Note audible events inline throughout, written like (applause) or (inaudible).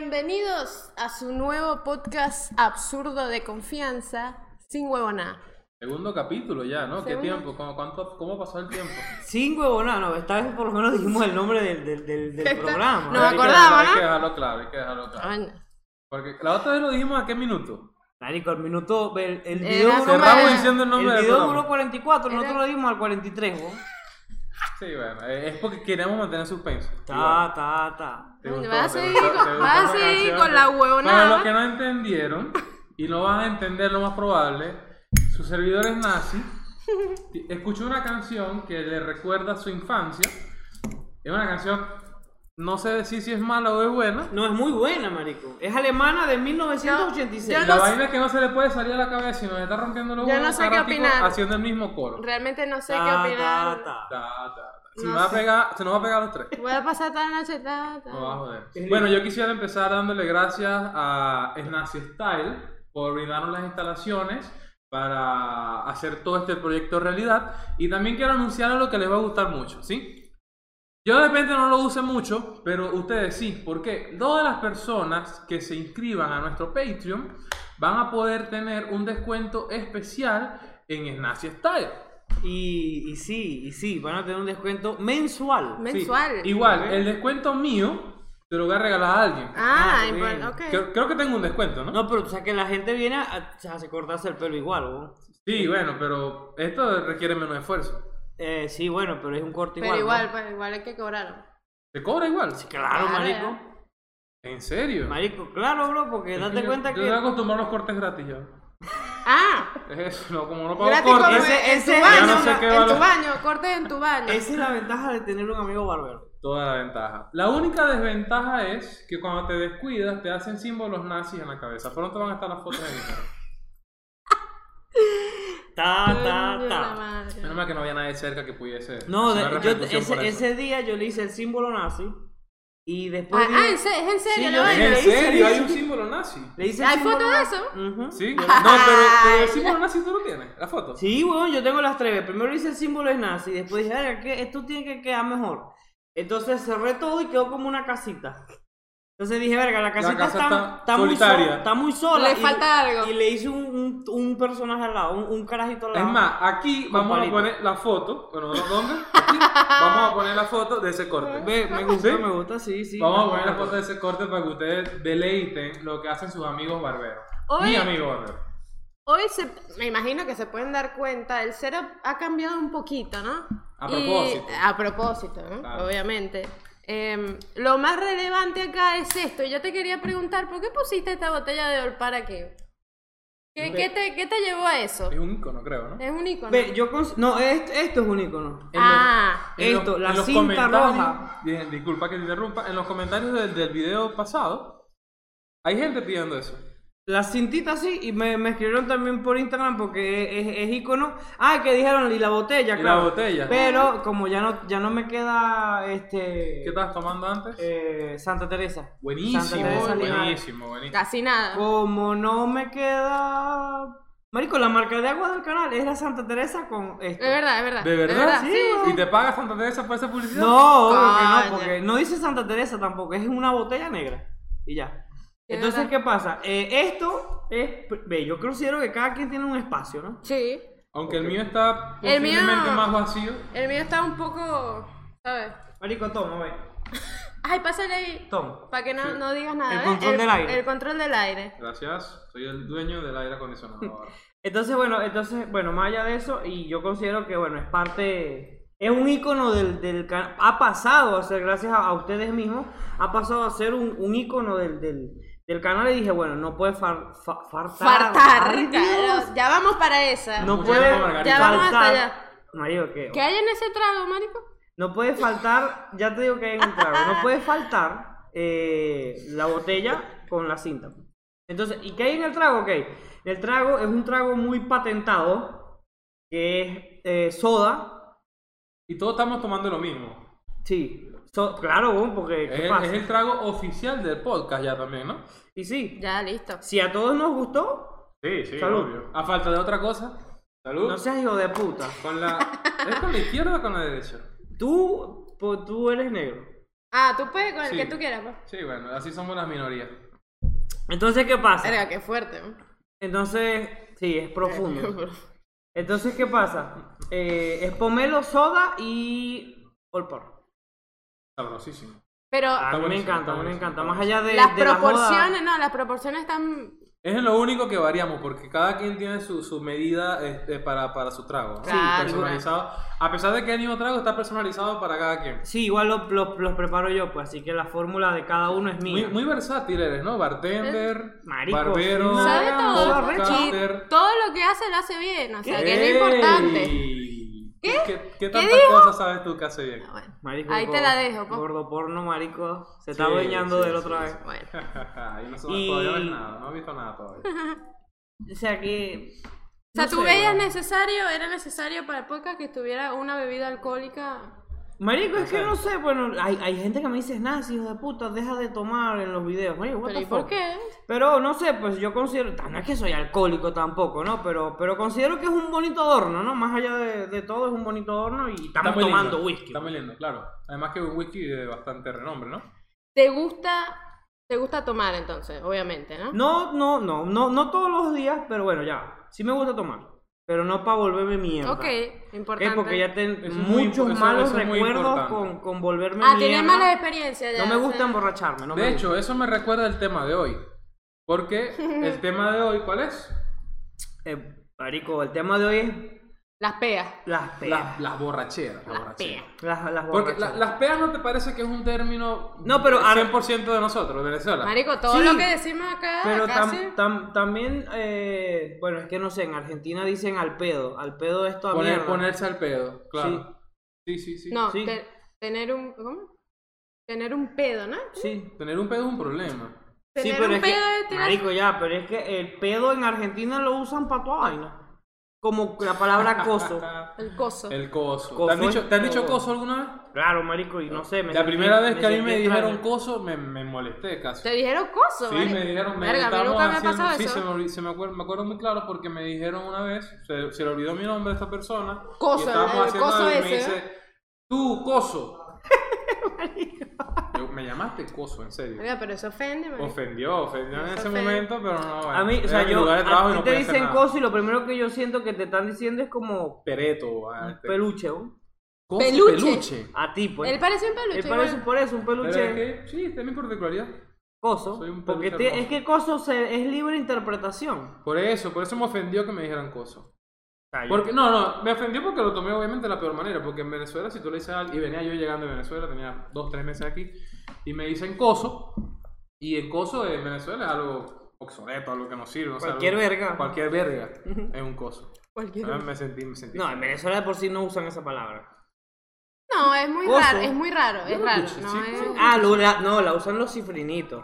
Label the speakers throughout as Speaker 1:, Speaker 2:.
Speaker 1: Bienvenidos a su nuevo podcast absurdo de confianza, sin huevona.
Speaker 2: Segundo capítulo ya, ¿no? ¿Qué
Speaker 1: Segundo.
Speaker 2: tiempo? ¿Cómo, cuánto, ¿Cómo pasó el tiempo?
Speaker 3: Sin huevona, no, esta vez por lo menos dijimos el nombre del, del, del, del
Speaker 1: Está-
Speaker 3: programa.
Speaker 1: (laughs) No. Nos
Speaker 2: Hay que-
Speaker 1: acordamos,
Speaker 2: Hay
Speaker 1: ¿no?
Speaker 2: que dejarlo claro, hay que dejarlo claro. Porque la otra vez lo dijimos a qué minuto.
Speaker 3: Marico, el minuto, el, el
Speaker 1: Era
Speaker 3: video
Speaker 1: como
Speaker 2: Cerramos
Speaker 1: el-
Speaker 2: diciendo el nombre
Speaker 3: el
Speaker 2: del
Speaker 3: video
Speaker 2: programa.
Speaker 3: duró 44,
Speaker 1: Era-
Speaker 3: nosotros lo dimos al 43, ¿no?
Speaker 2: Sí, bueno, eh, es porque queremos mantener suspenso.
Speaker 3: Ta, ta, ta.
Speaker 2: ¿Te
Speaker 1: Ay,
Speaker 2: gustó?
Speaker 1: vas a
Speaker 2: ¿Te
Speaker 1: seguir
Speaker 2: gustó?
Speaker 1: con-
Speaker 2: ¿Te gustó
Speaker 1: vas a
Speaker 2: esa
Speaker 1: seguir
Speaker 2: canción?
Speaker 1: con la huevonada.
Speaker 2: Para los que no entendieron, y no van a entender lo más probable, su servidor
Speaker 1: (laughs)
Speaker 2: es nazi, y escuchó una canción que le recuerda a su infancia. Es una canción, no sé decir si es mala o es buena.
Speaker 3: No, es muy buena, marico. Es alemana de 1986.
Speaker 1: Yo- yo
Speaker 2: La
Speaker 1: no sé-
Speaker 2: vaina es que no se le puede salir a la cabeza y nos está rompiendo los
Speaker 1: Yo
Speaker 2: huevos
Speaker 1: no sé qué
Speaker 2: cada ratico
Speaker 1: opinar.
Speaker 2: Haciendo el mismo coro.
Speaker 1: Realmente no sé
Speaker 3: Ta,
Speaker 1: qué opinar.
Speaker 3: ta,
Speaker 2: Ta,
Speaker 3: ta.
Speaker 2: ta, ta. Se,
Speaker 1: No
Speaker 2: me va a
Speaker 1: sé.
Speaker 2: pegar- se nos va a pegar a los tres.
Speaker 1: Voy a pasar toda la noche. ta, ta.
Speaker 2: No va a joder. Bueno, yo quisiera empezar dándole gracias a Snazy Style por brindarnos las instalaciones para hacer todo este proyecto realidad. Y también quiero anunciar lo que les va a gustar mucho, ¿sí? Yo de repente no lo use mucho, pero ustedes sí, porque todas las personas que se inscriban a nuestro Patreon van a poder tener un descuento especial en Snazy Style.
Speaker 3: Y, y sí, y sí, van a tener un descuento mensual.
Speaker 2: Sí,
Speaker 1: Mensual.
Speaker 2: Igual, el descuento mío te lo voy a regalar a alguien.
Speaker 1: Ah,
Speaker 3: Ah,
Speaker 1: impor-
Speaker 3: bien.
Speaker 1: ok.
Speaker 2: Creo, creo que tengo un descuento, ¿no?
Speaker 3: No, pero o sea que la gente viene a, o sea, a cortarse el pelo igual, ¿no?
Speaker 2: Sí, bueno, pero esto requiere menos esfuerzo.
Speaker 3: Eh, sí, bueno, pero es un corte
Speaker 1: Pero igual,
Speaker 3: igual.
Speaker 1: pues, igual hay que cobrarlo.
Speaker 2: ¿Te cobra igual?
Speaker 3: ¿no? Claro,
Speaker 1: Claro, eh.
Speaker 3: marico.
Speaker 2: ¿En serio?
Speaker 3: Marico, claro, bro, porque
Speaker 2: Es
Speaker 3: date
Speaker 2: yo-
Speaker 3: cuenta
Speaker 2: Yo estoy
Speaker 3: que.
Speaker 2: acostumbrado a los cortes gratis ya.
Speaker 1: Ah,
Speaker 2: Es eso, no, como no pago
Speaker 1: gratis como
Speaker 2: cortes,
Speaker 3: ese-
Speaker 1: en
Speaker 3: ese-
Speaker 1: tu baño.
Speaker 2: ya no sé qué
Speaker 1: en tu
Speaker 2: valor.
Speaker 1: baño, cortes en tu baño.
Speaker 3: Esa es la ventaja de tener un amigo barbero.
Speaker 2: toda la ventaja. La única desventaja es que cuando te descuidas te hacen símbolos nazis en la cabeza. Pronto van a estar las fotos de mi cara.
Speaker 3: (laughs) Ta, ta,
Speaker 1: Coño, la
Speaker 3: ta.
Speaker 1: madre.
Speaker 2: Menos mal que no había nadie cerca que pudiese.
Speaker 3: No,
Speaker 2: hacer
Speaker 3: de-
Speaker 2: una
Speaker 3: yo,
Speaker 2: repercusión por
Speaker 3: ese,
Speaker 2: eso.
Speaker 3: ese día yo le hice el símbolo nazi y después.
Speaker 1: Ah,
Speaker 3: le-
Speaker 1: ah, ¿en se- es en serio
Speaker 3: Sí,
Speaker 1: la
Speaker 3: yo-
Speaker 1: vaina?
Speaker 2: ¿En
Speaker 3: le hice-
Speaker 2: serio?
Speaker 3: le
Speaker 2: Hay
Speaker 3: hice-
Speaker 2: un símbolo nazi.
Speaker 3: le hice el
Speaker 1: ah, ¿Hay
Speaker 3: símbolo
Speaker 1: foto de
Speaker 3: nazi.
Speaker 1: eso?
Speaker 3: Ujú. (laughs)
Speaker 2: Sí, yo- no, pero, pero el
Speaker 1: Ay.
Speaker 2: símbolo nazi tú lo tienes, la foto.
Speaker 3: Sí, bueno, yo tengo las tres. Primero hice el símbolo de nazi, después dije, "Verga, que esto tiene que quedar mejor. Entonces cerré todo y quedó como una casita. Entonces dije, verga, la casita
Speaker 2: casa
Speaker 3: está,
Speaker 2: está
Speaker 3: está muy
Speaker 2: solitaria.
Speaker 3: sola, está muy sola.
Speaker 1: Le falta algo.
Speaker 3: Y le hice un, un, un personaje al lado, un, un carajito al
Speaker 2: Es
Speaker 3: lado.
Speaker 2: más, aquí
Speaker 3: Con
Speaker 2: vamos a
Speaker 3: palito.
Speaker 2: poner la foto. Bueno, ¿dó- ¿dónde? Aquí vamos a poner la foto de ese corte.
Speaker 3: Ve, me gusta,
Speaker 2: ¿Sí?
Speaker 3: me gusta, sí, sí.
Speaker 2: Vamos a poner la foto de ese corte para que ustedes deleiten lo que hacen sus amigos barberos.
Speaker 1: Oye.
Speaker 2: Mi amigo barbero.
Speaker 1: Hoy se, me imagino que se pueden dar cuenta, el ser ha, ha cambiado un poquito, ¿no?
Speaker 2: A
Speaker 1: Y-
Speaker 2: propósito.
Speaker 1: a propósito, ¿no?
Speaker 2: Claro.
Speaker 1: Obviamente. Em, lo más relevante acá es esto. Yo te quería preguntar, ¿por qué pusiste esta botella de olpar aquí? ¿Qué, qué te, qué te llevó a eso?
Speaker 2: Es un icono, creo,
Speaker 3: Eh,
Speaker 2: ¿no?
Speaker 1: Es un icono.
Speaker 3: Ve, yo cons- No, esto, esto es un icono.
Speaker 2: En los-
Speaker 1: Ah.
Speaker 2: en los-
Speaker 3: Esto, la
Speaker 2: en los
Speaker 3: cinta
Speaker 2: comentarios-
Speaker 3: roja.
Speaker 2: Bien, disculpa que te interrumpa. En los comentarios del, del video pasado, hay gente pidiendo eso.
Speaker 3: La cintita sí, y me, me escribieron también por Instagram porque es, es icono. Ah, que dijeron, y la botella,
Speaker 2: Y la
Speaker 3: claro.
Speaker 2: botella.
Speaker 3: Pero como ya no, ya no me queda este.
Speaker 2: ¿Qué estabas tomando antes?
Speaker 3: eh, Santa Teresa. Santa
Speaker 2: buenísimo,
Speaker 3: Teresa Lima.
Speaker 2: buenísimo, buenísimo.
Speaker 1: Casi nada.
Speaker 3: Como no me queda. Marico, la marca de agua del canal es la Santa Teresa con esto.
Speaker 1: Es verdad, es verdad.
Speaker 2: ¿De verdad?
Speaker 1: Sí,
Speaker 2: ¿Y te pagas Santa Teresa por esa publicidad?
Speaker 3: No, obvio que
Speaker 1: Coño.
Speaker 3: no, porque no dice Santa Teresa tampoco, es una botella negra. Y ya.
Speaker 1: Qué
Speaker 3: Entonces,
Speaker 1: verdad.
Speaker 3: ¿qué pasa? Eh, esto es. Ve, yo considero que cada quien tiene un espacio, ¿no?
Speaker 1: sí.
Speaker 2: Aunque el mío está
Speaker 1: El mío-
Speaker 2: posiblemente más vacío.
Speaker 1: El mío está un poco. ¿Sabes?
Speaker 3: Marico, toma, ve.
Speaker 1: Ay, pásale ahí.
Speaker 3: Toma.
Speaker 1: Para que no, no digas nada.
Speaker 3: El
Speaker 1: ¿ves?
Speaker 3: control del aire.
Speaker 1: El control del aire.
Speaker 2: Gracias, soy el dueño del aire acondicionado ahora.
Speaker 3: Entonces, bueno, entonces, bueno, más allá de eso, y yo considero que, bueno, es parte. Es un icono del, del canal. Ha pasado a ser, gracias a, a ustedes mismos, ha pasado a ser un, un icono del, del, del canal. Y dije, bueno, no puede far, fa- fartar.
Speaker 1: Fartar.
Speaker 3: Ay,
Speaker 1: Carlos,
Speaker 3: Dios.
Speaker 1: ya vamos para esa.
Speaker 3: No
Speaker 2: Muchachos,
Speaker 3: puede
Speaker 2: vamos a marcar.
Speaker 1: Ya vamos hasta
Speaker 3: faltar-
Speaker 1: allá.
Speaker 3: Marico, ¿qué?
Speaker 1: ¿Qué hay en ese trago, marico?
Speaker 3: No puede faltar, ya te digo que hay un trago, no puede faltar eh, la botella con la cinta. Entonces, ¿y qué hay en el trago? Ok, el trago es un trago muy patentado, que es eh, soda.
Speaker 2: Y todos estamos tomando lo mismo.
Speaker 3: Sí, so- claro, weón, porque
Speaker 2: Es
Speaker 3: ¿qué
Speaker 2: el,
Speaker 3: pasa?
Speaker 2: es el trago oficial del podcast ya también, ¿no?
Speaker 3: Y sí,
Speaker 1: Ya, listo.
Speaker 3: si a todos nos gustó,
Speaker 2: Sí, sí,
Speaker 3: Salud.
Speaker 2: A falta de otra cosa. Salud.
Speaker 3: no seas hijo de puta.
Speaker 2: Con la... ¿Es con la izquierda o con la derecha?
Speaker 3: pues, Tú, po- tú eres negro.
Speaker 1: Ah, tú puedes con el
Speaker 2: Sí.
Speaker 1: que tú quieras, pues.
Speaker 2: Sí, bueno, así somos las minorías.
Speaker 3: Entonces, ¿qué pasa?
Speaker 1: Verga, qué (laughs) fuerte. ¿no?
Speaker 3: Entonces, sí, es profundo. Entonces, ¿qué pasa? Eh, es pomelo, soda y olpor.
Speaker 2: Sabrosísimo.
Speaker 1: Pero
Speaker 3: A
Speaker 2: Está
Speaker 3: mí me
Speaker 2: buenísimo,
Speaker 3: encanta, a
Speaker 2: está
Speaker 3: mí me
Speaker 2: buenísimo,
Speaker 3: encanta.
Speaker 2: está
Speaker 3: Más allá Ah, de
Speaker 1: las
Speaker 3: de la joda-
Speaker 1: proporciones, no, las proporciones están.
Speaker 2: Es lo único que variamos, porque cada quien tiene su, su medida este, para, para su trago. ¿no?
Speaker 1: Claro.
Speaker 2: personalizado. A pesar de que el mismo trago está personalizado para cada quien.
Speaker 3: Sí, igual lo- lo- los preparo yo, pues, así que la fórmula de cada uno es mía.
Speaker 2: Muy, muy versátil eres, ¿no? Bartender,
Speaker 3: Marico,
Speaker 2: barbero,
Speaker 3: sí,
Speaker 1: Sabe
Speaker 3: Ah,
Speaker 1: todo.
Speaker 3: joda,
Speaker 2: podcaster.
Speaker 1: Y todo lo que hace lo hace bien. O sea, que es lo
Speaker 2: ¡Ey!
Speaker 1: importante.
Speaker 2: ¿Qué? ¿Qué, tantas
Speaker 1: dijo?
Speaker 2: cosas sabes tú que hace
Speaker 3: (laughs)
Speaker 2: bien?
Speaker 1: Ah, Bueno,
Speaker 3: Marico,
Speaker 1: Ahí te
Speaker 3: gor-
Speaker 1: la dejo, pues. po.
Speaker 3: Gordo porno, marico. Se está
Speaker 2: Sí,
Speaker 3: adueñando
Speaker 2: sí,
Speaker 3: del
Speaker 2: sí,
Speaker 3: otra
Speaker 2: sí.
Speaker 3: vez.
Speaker 1: bueno.
Speaker 2: y no
Speaker 3: Y-
Speaker 2: todavía ves nada, no has visto nada todavía.
Speaker 3: O sea que.
Speaker 1: O sea,
Speaker 3: no
Speaker 1: tú
Speaker 3: sé,
Speaker 1: veías
Speaker 3: weón.
Speaker 1: necesario, era necesario para el podcast que estuviera una bebida alcohólica.
Speaker 3: Marico, es que no sé, bueno, hay, hay gente que me dice, nazi, hijo de puta, deja de tomar en los videos. Marico, what
Speaker 1: Pero
Speaker 3: the
Speaker 1: ¿y por
Speaker 3: fuck?"
Speaker 1: qué?
Speaker 3: Pero no sé, pues yo considero, no es que soy alcohólico tampoco, ¿no? Pero, pero considero que es un bonito adorno, ¿no? Más allá de, de todo, es un bonito adorno y estamos
Speaker 2: muy lindo,
Speaker 3: tomando whisky. pues.
Speaker 2: Está muy lindo, claro. Además que es un whisky de bastante renombre, ¿no?
Speaker 1: ¿Te gusta, te gusta tomar entonces, obviamente, ¿no?
Speaker 3: No, no, no, no, no todos los días, pero bueno, ya. Sí me gusta tomar, pero no para volverme mierda.
Speaker 1: ok,
Speaker 3: Ok,
Speaker 1: importante.
Speaker 3: Eh, Porque ya tengo
Speaker 2: es muy
Speaker 3: muchos
Speaker 2: impo- eso-
Speaker 3: malos
Speaker 2: eso es muy
Speaker 3: recuerdos
Speaker 2: importante.
Speaker 3: con, con volverme
Speaker 1: Ah,
Speaker 3: mierda.
Speaker 1: tenía malas experiencias. ya,
Speaker 3: No me
Speaker 1: o sea.
Speaker 3: gusta emborracharme, no me
Speaker 2: de hecho, eso me recuerda al tema de hoy.
Speaker 1: (laughs)
Speaker 2: Porque el tema de hoy, ¿cuál es?
Speaker 3: gusta. Eh, marico, el tema de hoy es
Speaker 1: Las peas.
Speaker 3: las
Speaker 2: Las,
Speaker 3: peas.
Speaker 2: las borracheras. Las
Speaker 1: Las
Speaker 2: borracheras.
Speaker 1: peas.
Speaker 3: Las, las,
Speaker 2: Porque la-
Speaker 3: borracheras.
Speaker 2: las peas no te parece que es un término
Speaker 3: No, pero ahora-
Speaker 2: 100% de nosotros, de Venezuela.
Speaker 1: Marico, todo
Speaker 3: Sí,
Speaker 1: lo que decimos Ah, acá,
Speaker 3: Pero tam-
Speaker 1: casi.
Speaker 3: tam- también, eh, bueno, es que no sé, en Argentina dicen al pedo. Al pedo es toda
Speaker 2: Poner,
Speaker 3: mierda.
Speaker 2: ponerse al pedo, claro. Sí, sí, sí.
Speaker 1: Ah, No,
Speaker 3: sí.
Speaker 1: te- tener un. ¿Cómo? Tener un pedo, ¿no?
Speaker 3: Sí.
Speaker 2: Tener un pedo es un problema.
Speaker 3: Sí,
Speaker 1: Mm, Tener
Speaker 3: pero
Speaker 1: un
Speaker 3: es
Speaker 1: pedo de
Speaker 3: que,
Speaker 1: tirar-
Speaker 3: marico, ya, pero es que el pedo en Argentina lo usan para toda vaina. Como la palabra
Speaker 2: (laughs)
Speaker 3: coso.
Speaker 1: El coso.
Speaker 2: El coso.
Speaker 3: Coso
Speaker 2: ¿Te han
Speaker 3: es
Speaker 2: dicho, te han dicho
Speaker 3: todo.
Speaker 2: coso alguna vez?
Speaker 3: Claro, marico, y no sé. me
Speaker 2: La
Speaker 3: sentí-
Speaker 2: primera vez que a mí
Speaker 3: sentí
Speaker 2: me dijeron
Speaker 3: extraño.
Speaker 2: coso, me, me molesté casi.
Speaker 1: Te dijeron coso,
Speaker 2: Sí,
Speaker 1: marico.
Speaker 2: me dijeron, me
Speaker 1: Verga, a mí
Speaker 2: estábamos
Speaker 1: nunca me ha
Speaker 2: haciendo-
Speaker 1: pasado
Speaker 2: Sí,
Speaker 1: eso.
Speaker 2: se me, olvi- se me acuer- me acuerdo muy claro porque me dijeron una vez, se, se le olvidó mi nombre a esta persona.
Speaker 1: Coso,
Speaker 2: y estábamos
Speaker 1: el- el
Speaker 2: haciendo
Speaker 1: coso
Speaker 2: algo y
Speaker 1: ese, ¿eh?
Speaker 2: me dice, tú,
Speaker 1: (laughs)
Speaker 2: coso. Yo, me llamaste coso, en serio.
Speaker 1: Verga, pero eso ofende, marico.
Speaker 2: Ofendió, ofendió en
Speaker 1: Eso
Speaker 2: ese
Speaker 1: ofende.
Speaker 2: momento, pero no. Bueno,
Speaker 3: A mí, o
Speaker 2: era
Speaker 3: sea,
Speaker 2: mi
Speaker 3: yo.
Speaker 2: lugar de trabajo
Speaker 3: a
Speaker 2: y
Speaker 3: ti
Speaker 2: no
Speaker 3: te
Speaker 2: podía hacer
Speaker 3: dicen
Speaker 2: nada.
Speaker 3: coso y lo primero que yo siento que te están diciendo es como
Speaker 2: Pereto. ah,
Speaker 3: un
Speaker 2: este,
Speaker 3: peluche, ¿no?
Speaker 2: coso,
Speaker 1: Peluche.
Speaker 2: peluche.
Speaker 3: A ti, pues.
Speaker 1: Él parece un
Speaker 3: Eh,
Speaker 1: peluche.
Speaker 3: por, eso,
Speaker 1: igual.
Speaker 3: por eso, un
Speaker 2: Pero
Speaker 3: peluche
Speaker 2: es que, sí, esta es mi particularidad.
Speaker 3: coso.
Speaker 2: soy un
Speaker 3: porque
Speaker 2: peluche
Speaker 3: te-
Speaker 2: hermoso.
Speaker 3: es que coso se- es libre interpretación.
Speaker 2: Por eso, por eso me ofendió que me dijeran coso.
Speaker 3: Calla.
Speaker 2: Porque, no, no, me ofendió porque lo tomé obviamente de la peor manera. Porque en Venezuela, si tú le dices a alguien, y venía yo llegando de Venezuela, tenía dos, tres meses aquí, y me dicen coso, y el coso de Venezuela es algo obsoleto, algo que no sirve. o sea,
Speaker 3: Cualquier
Speaker 2: algo-
Speaker 3: verga.
Speaker 2: Cualquier verga es un coso.
Speaker 1: Cualquier-
Speaker 2: Ah, Me sentí, me sentí.
Speaker 3: No, en Venezuela de por sí no usan esa palabra.
Speaker 1: No, es muy
Speaker 3: Coso.
Speaker 1: raro, es muy raro, es
Speaker 2: Yo
Speaker 1: raro.
Speaker 2: escuché,
Speaker 1: no
Speaker 2: sí,
Speaker 1: es-
Speaker 2: sí.
Speaker 3: Ah, lo- la- no, la usan los cifrinitos.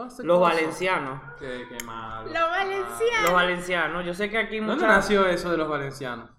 Speaker 2: Ah, ese
Speaker 3: Los
Speaker 2: coso.
Speaker 3: valencianos.
Speaker 2: Qué, qué malo. Ah,
Speaker 1: Los valencianos.
Speaker 3: Los valencianos. Yo sé que aquí
Speaker 2: ¿Dónde
Speaker 3: muchas.
Speaker 2: nació eso de los valencianos?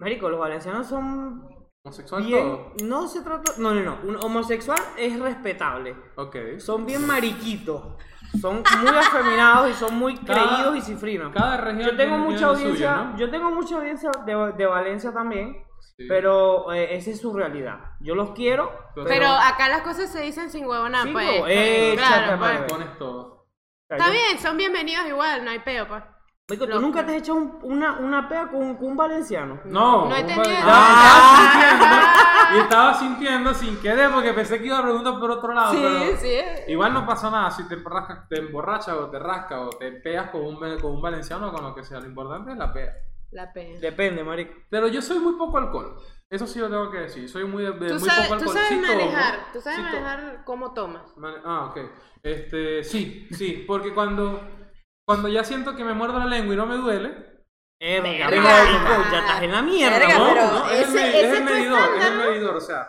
Speaker 3: Marico, los valencianos son
Speaker 2: ¿Homosexual
Speaker 3: bien.
Speaker 2: todo?
Speaker 3: No se trata. No, no, no. Un homosexual es respetable.
Speaker 2: Ok.
Speaker 3: Son bien mariquitos. Son muy afeminados y son muy
Speaker 2: Cada-
Speaker 3: creídos y cifrinos.
Speaker 2: Cada región
Speaker 3: Yo tengo
Speaker 2: tiene-
Speaker 3: mucha
Speaker 2: tiene lo
Speaker 3: audiencia.
Speaker 2: suyo, ¿no?
Speaker 3: Yo tengo mucha audiencia de, de Valencia también.
Speaker 2: Sí.
Speaker 3: Pero eh, esa es su realidad. Yo los quiero.
Speaker 2: Pero-
Speaker 1: Pero acá las cosas se dicen sin huevona,
Speaker 3: Sí,
Speaker 1: pues.
Speaker 3: huevo-
Speaker 1: pues,
Speaker 3: Eh, chata,
Speaker 1: claro, pues.
Speaker 3: madre.
Speaker 2: Pones todo.
Speaker 1: Está bien, son bienvenidos igual, no hay peo, pues.
Speaker 3: Marico, ¿tú
Speaker 1: Loco.
Speaker 3: nunca te has hecho un- una, una pea con, con un valenciano?
Speaker 2: No,
Speaker 1: No he
Speaker 2: un
Speaker 1: tenido-
Speaker 2: vale-
Speaker 1: Ah.
Speaker 2: Ya, estaba sintiendo, y estaba sintiendo sin querer porque pensé que iba a preguntar por otro
Speaker 3: Ah,
Speaker 2: lado.
Speaker 1: Sí,
Speaker 2: pero
Speaker 1: sí. eh.
Speaker 2: Igual no pasa nada si te, rascas- te emborrachas o te rascas o te peas con un, ve- con un valenciano o con lo que sea. Lo importante es la pea.
Speaker 1: La pea.
Speaker 3: Depende, marico.
Speaker 2: Pero yo soy muy poco alcohol. Eso sí lo tengo que decir. Soy muy, de, de
Speaker 1: Tú
Speaker 2: muy
Speaker 1: sabes,
Speaker 2: poco
Speaker 1: tú
Speaker 2: alcohol.
Speaker 1: sabes
Speaker 2: Sí tomo,
Speaker 1: manejar, tú sabes
Speaker 2: sí tomo.
Speaker 1: manejar cómo tomas.
Speaker 2: Mane- Ah, ok. Este, sí, sí. Porque cuando, cuando ya siento que me muerdo la lengua y no me duele,
Speaker 3: Erga,
Speaker 1: Verga.
Speaker 3: marico, ya estás en la mierda,
Speaker 1: Verga,
Speaker 3: ¿no?
Speaker 2: No,
Speaker 1: pero
Speaker 2: no, es, el,
Speaker 1: ese-
Speaker 2: me- es
Speaker 1: ese
Speaker 2: el
Speaker 1: es tu
Speaker 2: medidor, es el
Speaker 1: estándar, ¿no?
Speaker 2: medidor, o sea,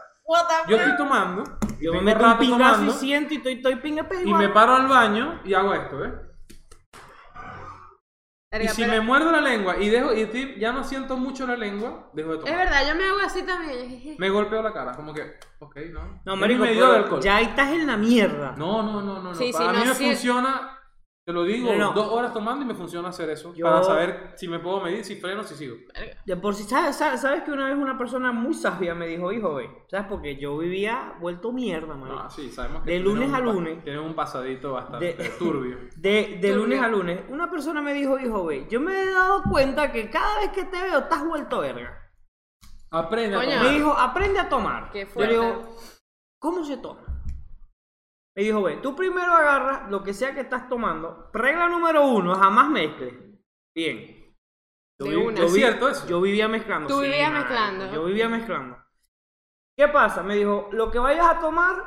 Speaker 2: yo estoy tomando, y
Speaker 3: Yo me
Speaker 2: tengo
Speaker 3: meto un
Speaker 2: rato
Speaker 3: pingazo y
Speaker 2: tomando,
Speaker 3: siento y estoy, estoy pinga pero
Speaker 2: y me
Speaker 3: igual.
Speaker 2: paro al baño y hago esto, ¿eh? Y
Speaker 1: Verga,
Speaker 2: si
Speaker 1: pero-
Speaker 2: me muerdo la lengua y dejo y estoy- ya no siento mucho la lengua, dejo de
Speaker 1: Es
Speaker 2: tomar.
Speaker 1: verdad, yo me hago así también. (laughs)
Speaker 2: Me golpeo la cara, como que, ok, no.
Speaker 3: No,
Speaker 2: Es mi
Speaker 3: marico,
Speaker 2: medidor de
Speaker 3: pero
Speaker 2: alcohol.
Speaker 3: ya ahí estás en la mierda.
Speaker 2: No, no, no, no, no.
Speaker 1: Sí, sí,
Speaker 2: Para mí
Speaker 1: no,
Speaker 2: me
Speaker 1: sí.
Speaker 2: funciona Te lo digo,
Speaker 3: No, no.
Speaker 2: dos horas tomando y me funciona hacer eso.
Speaker 3: Yo-
Speaker 2: Para saber si me puedo medir, si freno, si sigo.
Speaker 3: De por si sabes, sabes, sabes que una vez una persona muy sabia me dijo, hijo, ve, ¿sabes? Porque yo vivía vuelto mierda, marico.
Speaker 2: No, sí, sabemos que.
Speaker 3: De
Speaker 2: tienes
Speaker 3: lunes
Speaker 2: un
Speaker 3: a
Speaker 2: pa-
Speaker 3: lunes.
Speaker 2: Tienes un pasadito bastante
Speaker 3: De-
Speaker 2: turbio.
Speaker 3: De, de
Speaker 1: Tú
Speaker 3: lunes
Speaker 1: bien.
Speaker 3: a lunes, una persona me dijo, hijo, ve, yo me he dado cuenta que cada vez que te veo estás vuelto verga.
Speaker 2: Aprende a
Speaker 1: Coño.
Speaker 2: tomar.
Speaker 3: Me dijo, aprende a tomar.
Speaker 1: Qué
Speaker 3: yo le
Speaker 1: fuerte.
Speaker 3: digo, ¿cómo se toma? Me dijo, ve, tú primero agarras lo que sea que estás tomando. Regla número uno, jamás mezcles. Bien.
Speaker 1: De
Speaker 3: vi-
Speaker 1: una.
Speaker 2: Es
Speaker 3: vi-
Speaker 2: cierto eso.
Speaker 3: Yo vivía mezclando.
Speaker 1: Tú vivías
Speaker 3: marico,
Speaker 1: mezclando.
Speaker 3: Yo vivía mezclando. ¿Qué pasa? Me dijo, lo que vayas a tomar,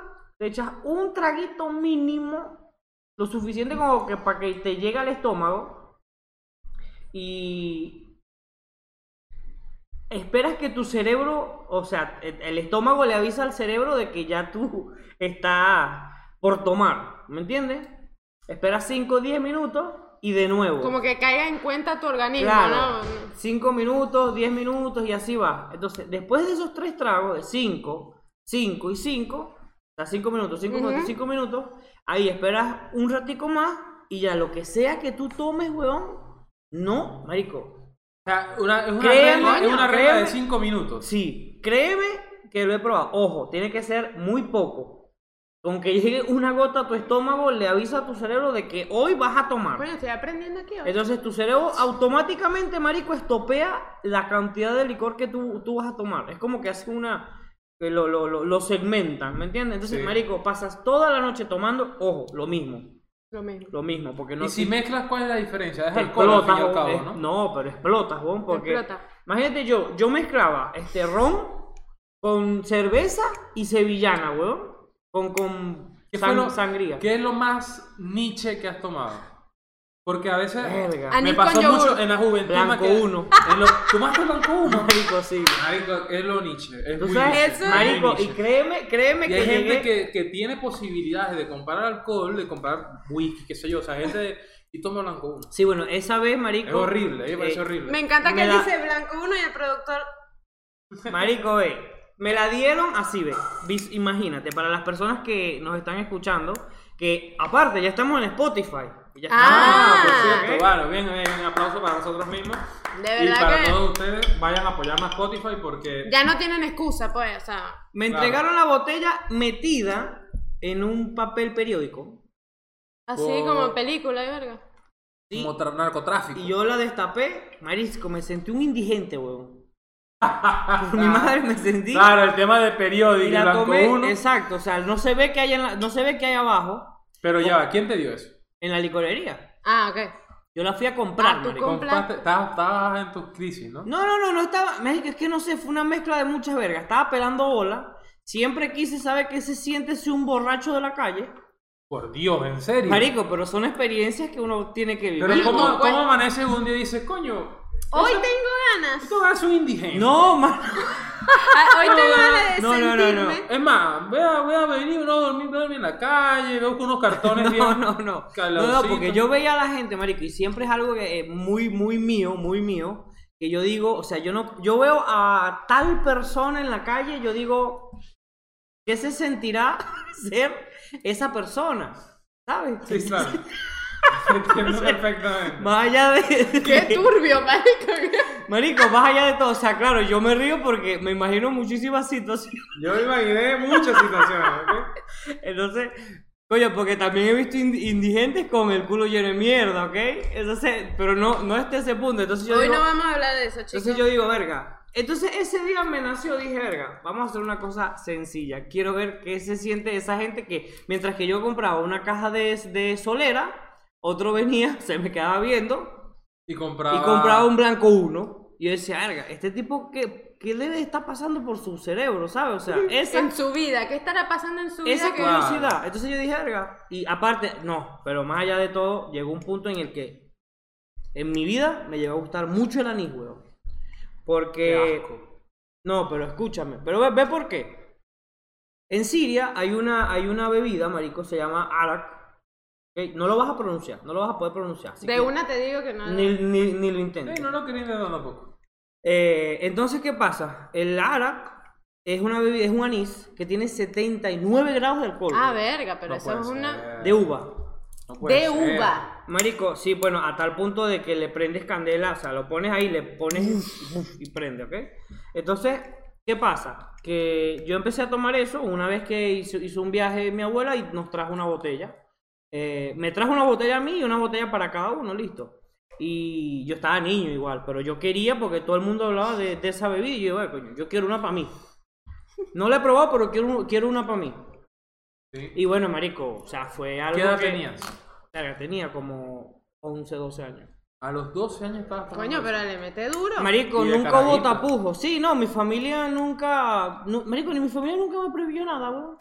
Speaker 3: te echas un traguito mínimo, lo suficiente como que para que te llegue al estómago. Y esperas que tu cerebro, o sea, el el estómago le avisa al cerebro de que ya tú estás por tomar, ¿me entiendes? Esperas 5 o 10 minutos y de nuevo.
Speaker 1: Como que caiga en cuenta tu organismo,
Speaker 3: Claro.
Speaker 1: ¿no?
Speaker 3: 5 minutos, 10 minutos y así va. Entonces, después de esos tres tragos, de 5, 5 y 5, o sea, 5 minutos, 5
Speaker 1: Ujú.
Speaker 3: minutos, 5 minutos, ahí esperas un ratico más y ya lo que sea que tú tomes, weón, no, marico.
Speaker 2: O sea, una- es una
Speaker 3: Créeme,
Speaker 2: regla, es una
Speaker 3: coño,
Speaker 2: regla de
Speaker 3: créeme.
Speaker 2: 5 minutos.
Speaker 3: Sí, créeme que lo he probado. Ojo, tiene que ser muy poco. Con que llegue una gota a tu estómago, le avisa a tu cerebro de que hoy vas a tomar.
Speaker 1: Bueno, estoy aprendiendo aquí. hoy.
Speaker 3: Entonces tu cerebro automáticamente, marico, estopea la cantidad de licor que tú, tú vas a tomar. Es como que hace una... que Lo, lo, lo, lo segmentan, ¿me entiendes? Entonces,
Speaker 2: Sí.
Speaker 3: marico, pasas toda la noche tomando, ojo, lo mismo,
Speaker 1: Lo mismo.
Speaker 3: lo mismo, porque no...
Speaker 2: Y si mezclas, ¿cuál es la diferencia? Es
Speaker 3: te
Speaker 2: alcohol al fin y al
Speaker 3: explotas,
Speaker 2: cabo,
Speaker 3: es-
Speaker 2: ¿no?
Speaker 3: pero explotas, bon, porque...
Speaker 1: Explota.
Speaker 3: Imagínate yo, yo mezclaba este ron con cerveza y sevillana, weón, con, con
Speaker 2: ¿Qué fue
Speaker 3: san-
Speaker 2: lo-
Speaker 3: sangría.
Speaker 2: ¿Qué es lo más Nietzsche que has tomado? Porque a veces
Speaker 3: Verga.
Speaker 2: me
Speaker 1: Anís
Speaker 2: pasó
Speaker 1: con yogur.
Speaker 2: mucho en la juventud.
Speaker 3: Blanco
Speaker 2: me quedé-
Speaker 3: uno.
Speaker 2: en lo- ¿Tomaste blanco uno?
Speaker 3: (laughs) Marico, sí.
Speaker 2: Marico, es lo Nietzsche. Es
Speaker 3: Tú
Speaker 2: muy
Speaker 3: sabes,
Speaker 2: Nietzsche, muy
Speaker 3: marico, y
Speaker 2: Nietzsche.
Speaker 3: créeme, créeme
Speaker 2: Y
Speaker 3: que
Speaker 2: hay gente
Speaker 3: llegué-
Speaker 2: que, que tiene posibilidades de comprar alcohol, de comprar whisky, qué sé yo. O sea, gente de- y toma blanco uno.
Speaker 3: Sí, bueno, esa vez, marico.
Speaker 2: Es horrible, a mí me parece
Speaker 3: eh,
Speaker 2: horrible.
Speaker 1: Me encanta
Speaker 3: Me
Speaker 1: que él
Speaker 3: da-
Speaker 1: dice blanco uno y el productor.
Speaker 3: Marico, ve. Me la dieron así, ve. Vis- Imagínate, para las personas que nos están escuchando, que aparte ya estamos en Spotify. Ya estamos
Speaker 1: Ah,
Speaker 3: en
Speaker 2: Por
Speaker 3: Spotify,
Speaker 2: cierto,
Speaker 3: ¿ok?
Speaker 2: bueno, bien, bien, un aplauso para nosotros mismos.
Speaker 1: De
Speaker 2: Y
Speaker 1: verdad
Speaker 2: para
Speaker 1: que-
Speaker 2: todos ustedes, vayan a apoyar más Spotify porque
Speaker 1: Ya no tienen excusa, pues, o sea.
Speaker 3: Me
Speaker 2: Claro.
Speaker 3: entregaron la botella metida en un papel periódico.
Speaker 1: Así
Speaker 2: Por-
Speaker 1: como película, de verga.
Speaker 3: ¿sí?
Speaker 2: como tra- narcotráfico.
Speaker 3: Y yo la destapé. Marisco, me sentí un indigente, weón. (laughs) Mi madre me sentí.
Speaker 2: Ah, Claro, el tema de periódico
Speaker 3: Y
Speaker 2: y
Speaker 3: la
Speaker 2: blanco
Speaker 3: tomé.
Speaker 2: uno.
Speaker 3: Exacto, o sea, no se ve que hay, en la- no se ve que hay abajo
Speaker 2: Pero ya, va, ¿quién te dio eso?
Speaker 3: en la licorería.
Speaker 1: Ah, ok.
Speaker 3: Yo la fui a comprar,
Speaker 1: Ah, tú
Speaker 3: marico.
Speaker 1: Com-
Speaker 2: Compraste, estabas, estabas en tus crisis, ¿no?
Speaker 3: No, no, no, no estaba. Marico, es que no sé, fue una mezcla de muchas vergas. Estaba pelando bola. Siempre quise saber qué se siente ser un borracho de la calle.
Speaker 2: Por Dios, en serio.
Speaker 3: Marico, pero son experiencias que uno tiene que vivir.
Speaker 2: Pero
Speaker 1: Marico,
Speaker 2: ¿cómo,
Speaker 1: pues-
Speaker 2: cómo amaneces un día y dices, coño,
Speaker 1: Hoy tengo ganas.
Speaker 2: esto es un indigente?
Speaker 3: No, mar-
Speaker 2: (laughs)
Speaker 1: Ah, Hoy tengo ganas de
Speaker 3: No, no, no, no.
Speaker 1: sentirme.
Speaker 2: Es más, voy a, voy a venir, voy a dormir, voy a dormir en la calle, veo con unos cartones
Speaker 3: (laughs) No,
Speaker 2: bien.
Speaker 3: no, no. No, no,
Speaker 2: calorcitos.
Speaker 3: porque yo veía a la gente, marico, y siempre es algo que es muy, muy mío, muy mío. Que yo digo, o sea, yo no, yo veo a tal persona en la calle, yo digo, ¿qué se sentirá (laughs) ser esa persona? ¿Sabes?
Speaker 2: Sí,
Speaker 3: (laughs)
Speaker 2: claro. (laughs) Entiendo perfectamente.
Speaker 3: Más allá de.
Speaker 1: Qué turbio, marico.
Speaker 3: Marico, más allá de todo. O sea, claro, yo me río porque me imagino muchísimas situaciones. (laughs)
Speaker 2: Yo me imaginé muchas situaciones, ¿ok?
Speaker 3: Entonces, coño, porque también he visto ind- indigentes con el culo lleno de mierda, ¿ok? Entonces, pero no, no hasta ese punto. Entonces yo
Speaker 1: Hoy
Speaker 3: digo,
Speaker 1: no vamos a hablar de eso, chicos.
Speaker 3: entonces yo digo, verga. Entonces ese día me nació, dije, verga, vamos a hacer una cosa sencilla. Quiero ver qué se siente esa gente que, mientras que yo compraba una caja de, de solera, otro venía, (laughs) se me quedaba viendo,
Speaker 2: Y compraba.
Speaker 3: y compraba un blanco uno. Y yo decía, verga, este tipo, ¿qué, qué le está pasando por su cerebro, sabes? O sea, esa,
Speaker 1: En su vida, ¿qué estará pasando en su
Speaker 3: esa
Speaker 1: vida? que-
Speaker 2: Claro.
Speaker 3: curiosidad. Entonces yo dije, verga. Y aparte, no, pero más allá de todo, llegó un punto en el que en mi vida me llegó a gustar mucho el anís, weón.
Speaker 2: Qué
Speaker 3: Porque.
Speaker 2: asco.
Speaker 3: No, pero escúchame. Pero ve, ve por qué. En Siria hay una, hay una bebida, marico, se llama arak. Ok, No lo vas a pronunciar, no lo vas a poder pronunciar. así
Speaker 1: De
Speaker 3: que
Speaker 1: una te digo que no.
Speaker 3: Ni, ni- ni lo intentes.
Speaker 2: Sí, no lo quería intentar tampoco.
Speaker 3: Eh, entonces, ¿qué pasa? El arak es una bebida, es un anís que tiene 79 grados de alcohol.
Speaker 1: Ah,
Speaker 3: güey,
Speaker 1: verga, pero
Speaker 2: No
Speaker 1: eso
Speaker 2: puede
Speaker 1: es una.
Speaker 2: ser.
Speaker 3: De uva. No puede
Speaker 1: De
Speaker 3: ser.
Speaker 1: uva.
Speaker 3: Marico, sí, bueno, a tal punto de que le prendes candela, o sea, lo pones ahí, le pones y prende, ¿ok? Entonces, ¿qué pasa? Que yo empecé a tomar eso una vez que hizo, hizo un viaje mi abuela y nos trajo una botella. Eh, me trajo una botella a mí y una botella para cada uno, listo. Y yo estaba niño igual, pero yo quería porque todo el mundo hablaba de, de esa bebida y yo, "Bueno, coño, yo quiero una para mí. No la he probado, pero quiero, quiero una para mí.
Speaker 2: Sí.
Speaker 3: Y bueno, marico, o sea, fue algo
Speaker 2: ¿Qué edad
Speaker 3: que-
Speaker 2: tenías?
Speaker 3: Verga, tenía como 11, 12 años.
Speaker 2: A los 12 años estabas tomando
Speaker 1: Coño,
Speaker 2: eso.
Speaker 1: pero le mete duro.
Speaker 3: Marico,
Speaker 2: Y de
Speaker 3: nunca
Speaker 2: carajito.
Speaker 3: hubo tapujos. Sí, no, mi familia nunca. nu- marico, ni mi familia nunca me prohibió nada, weón.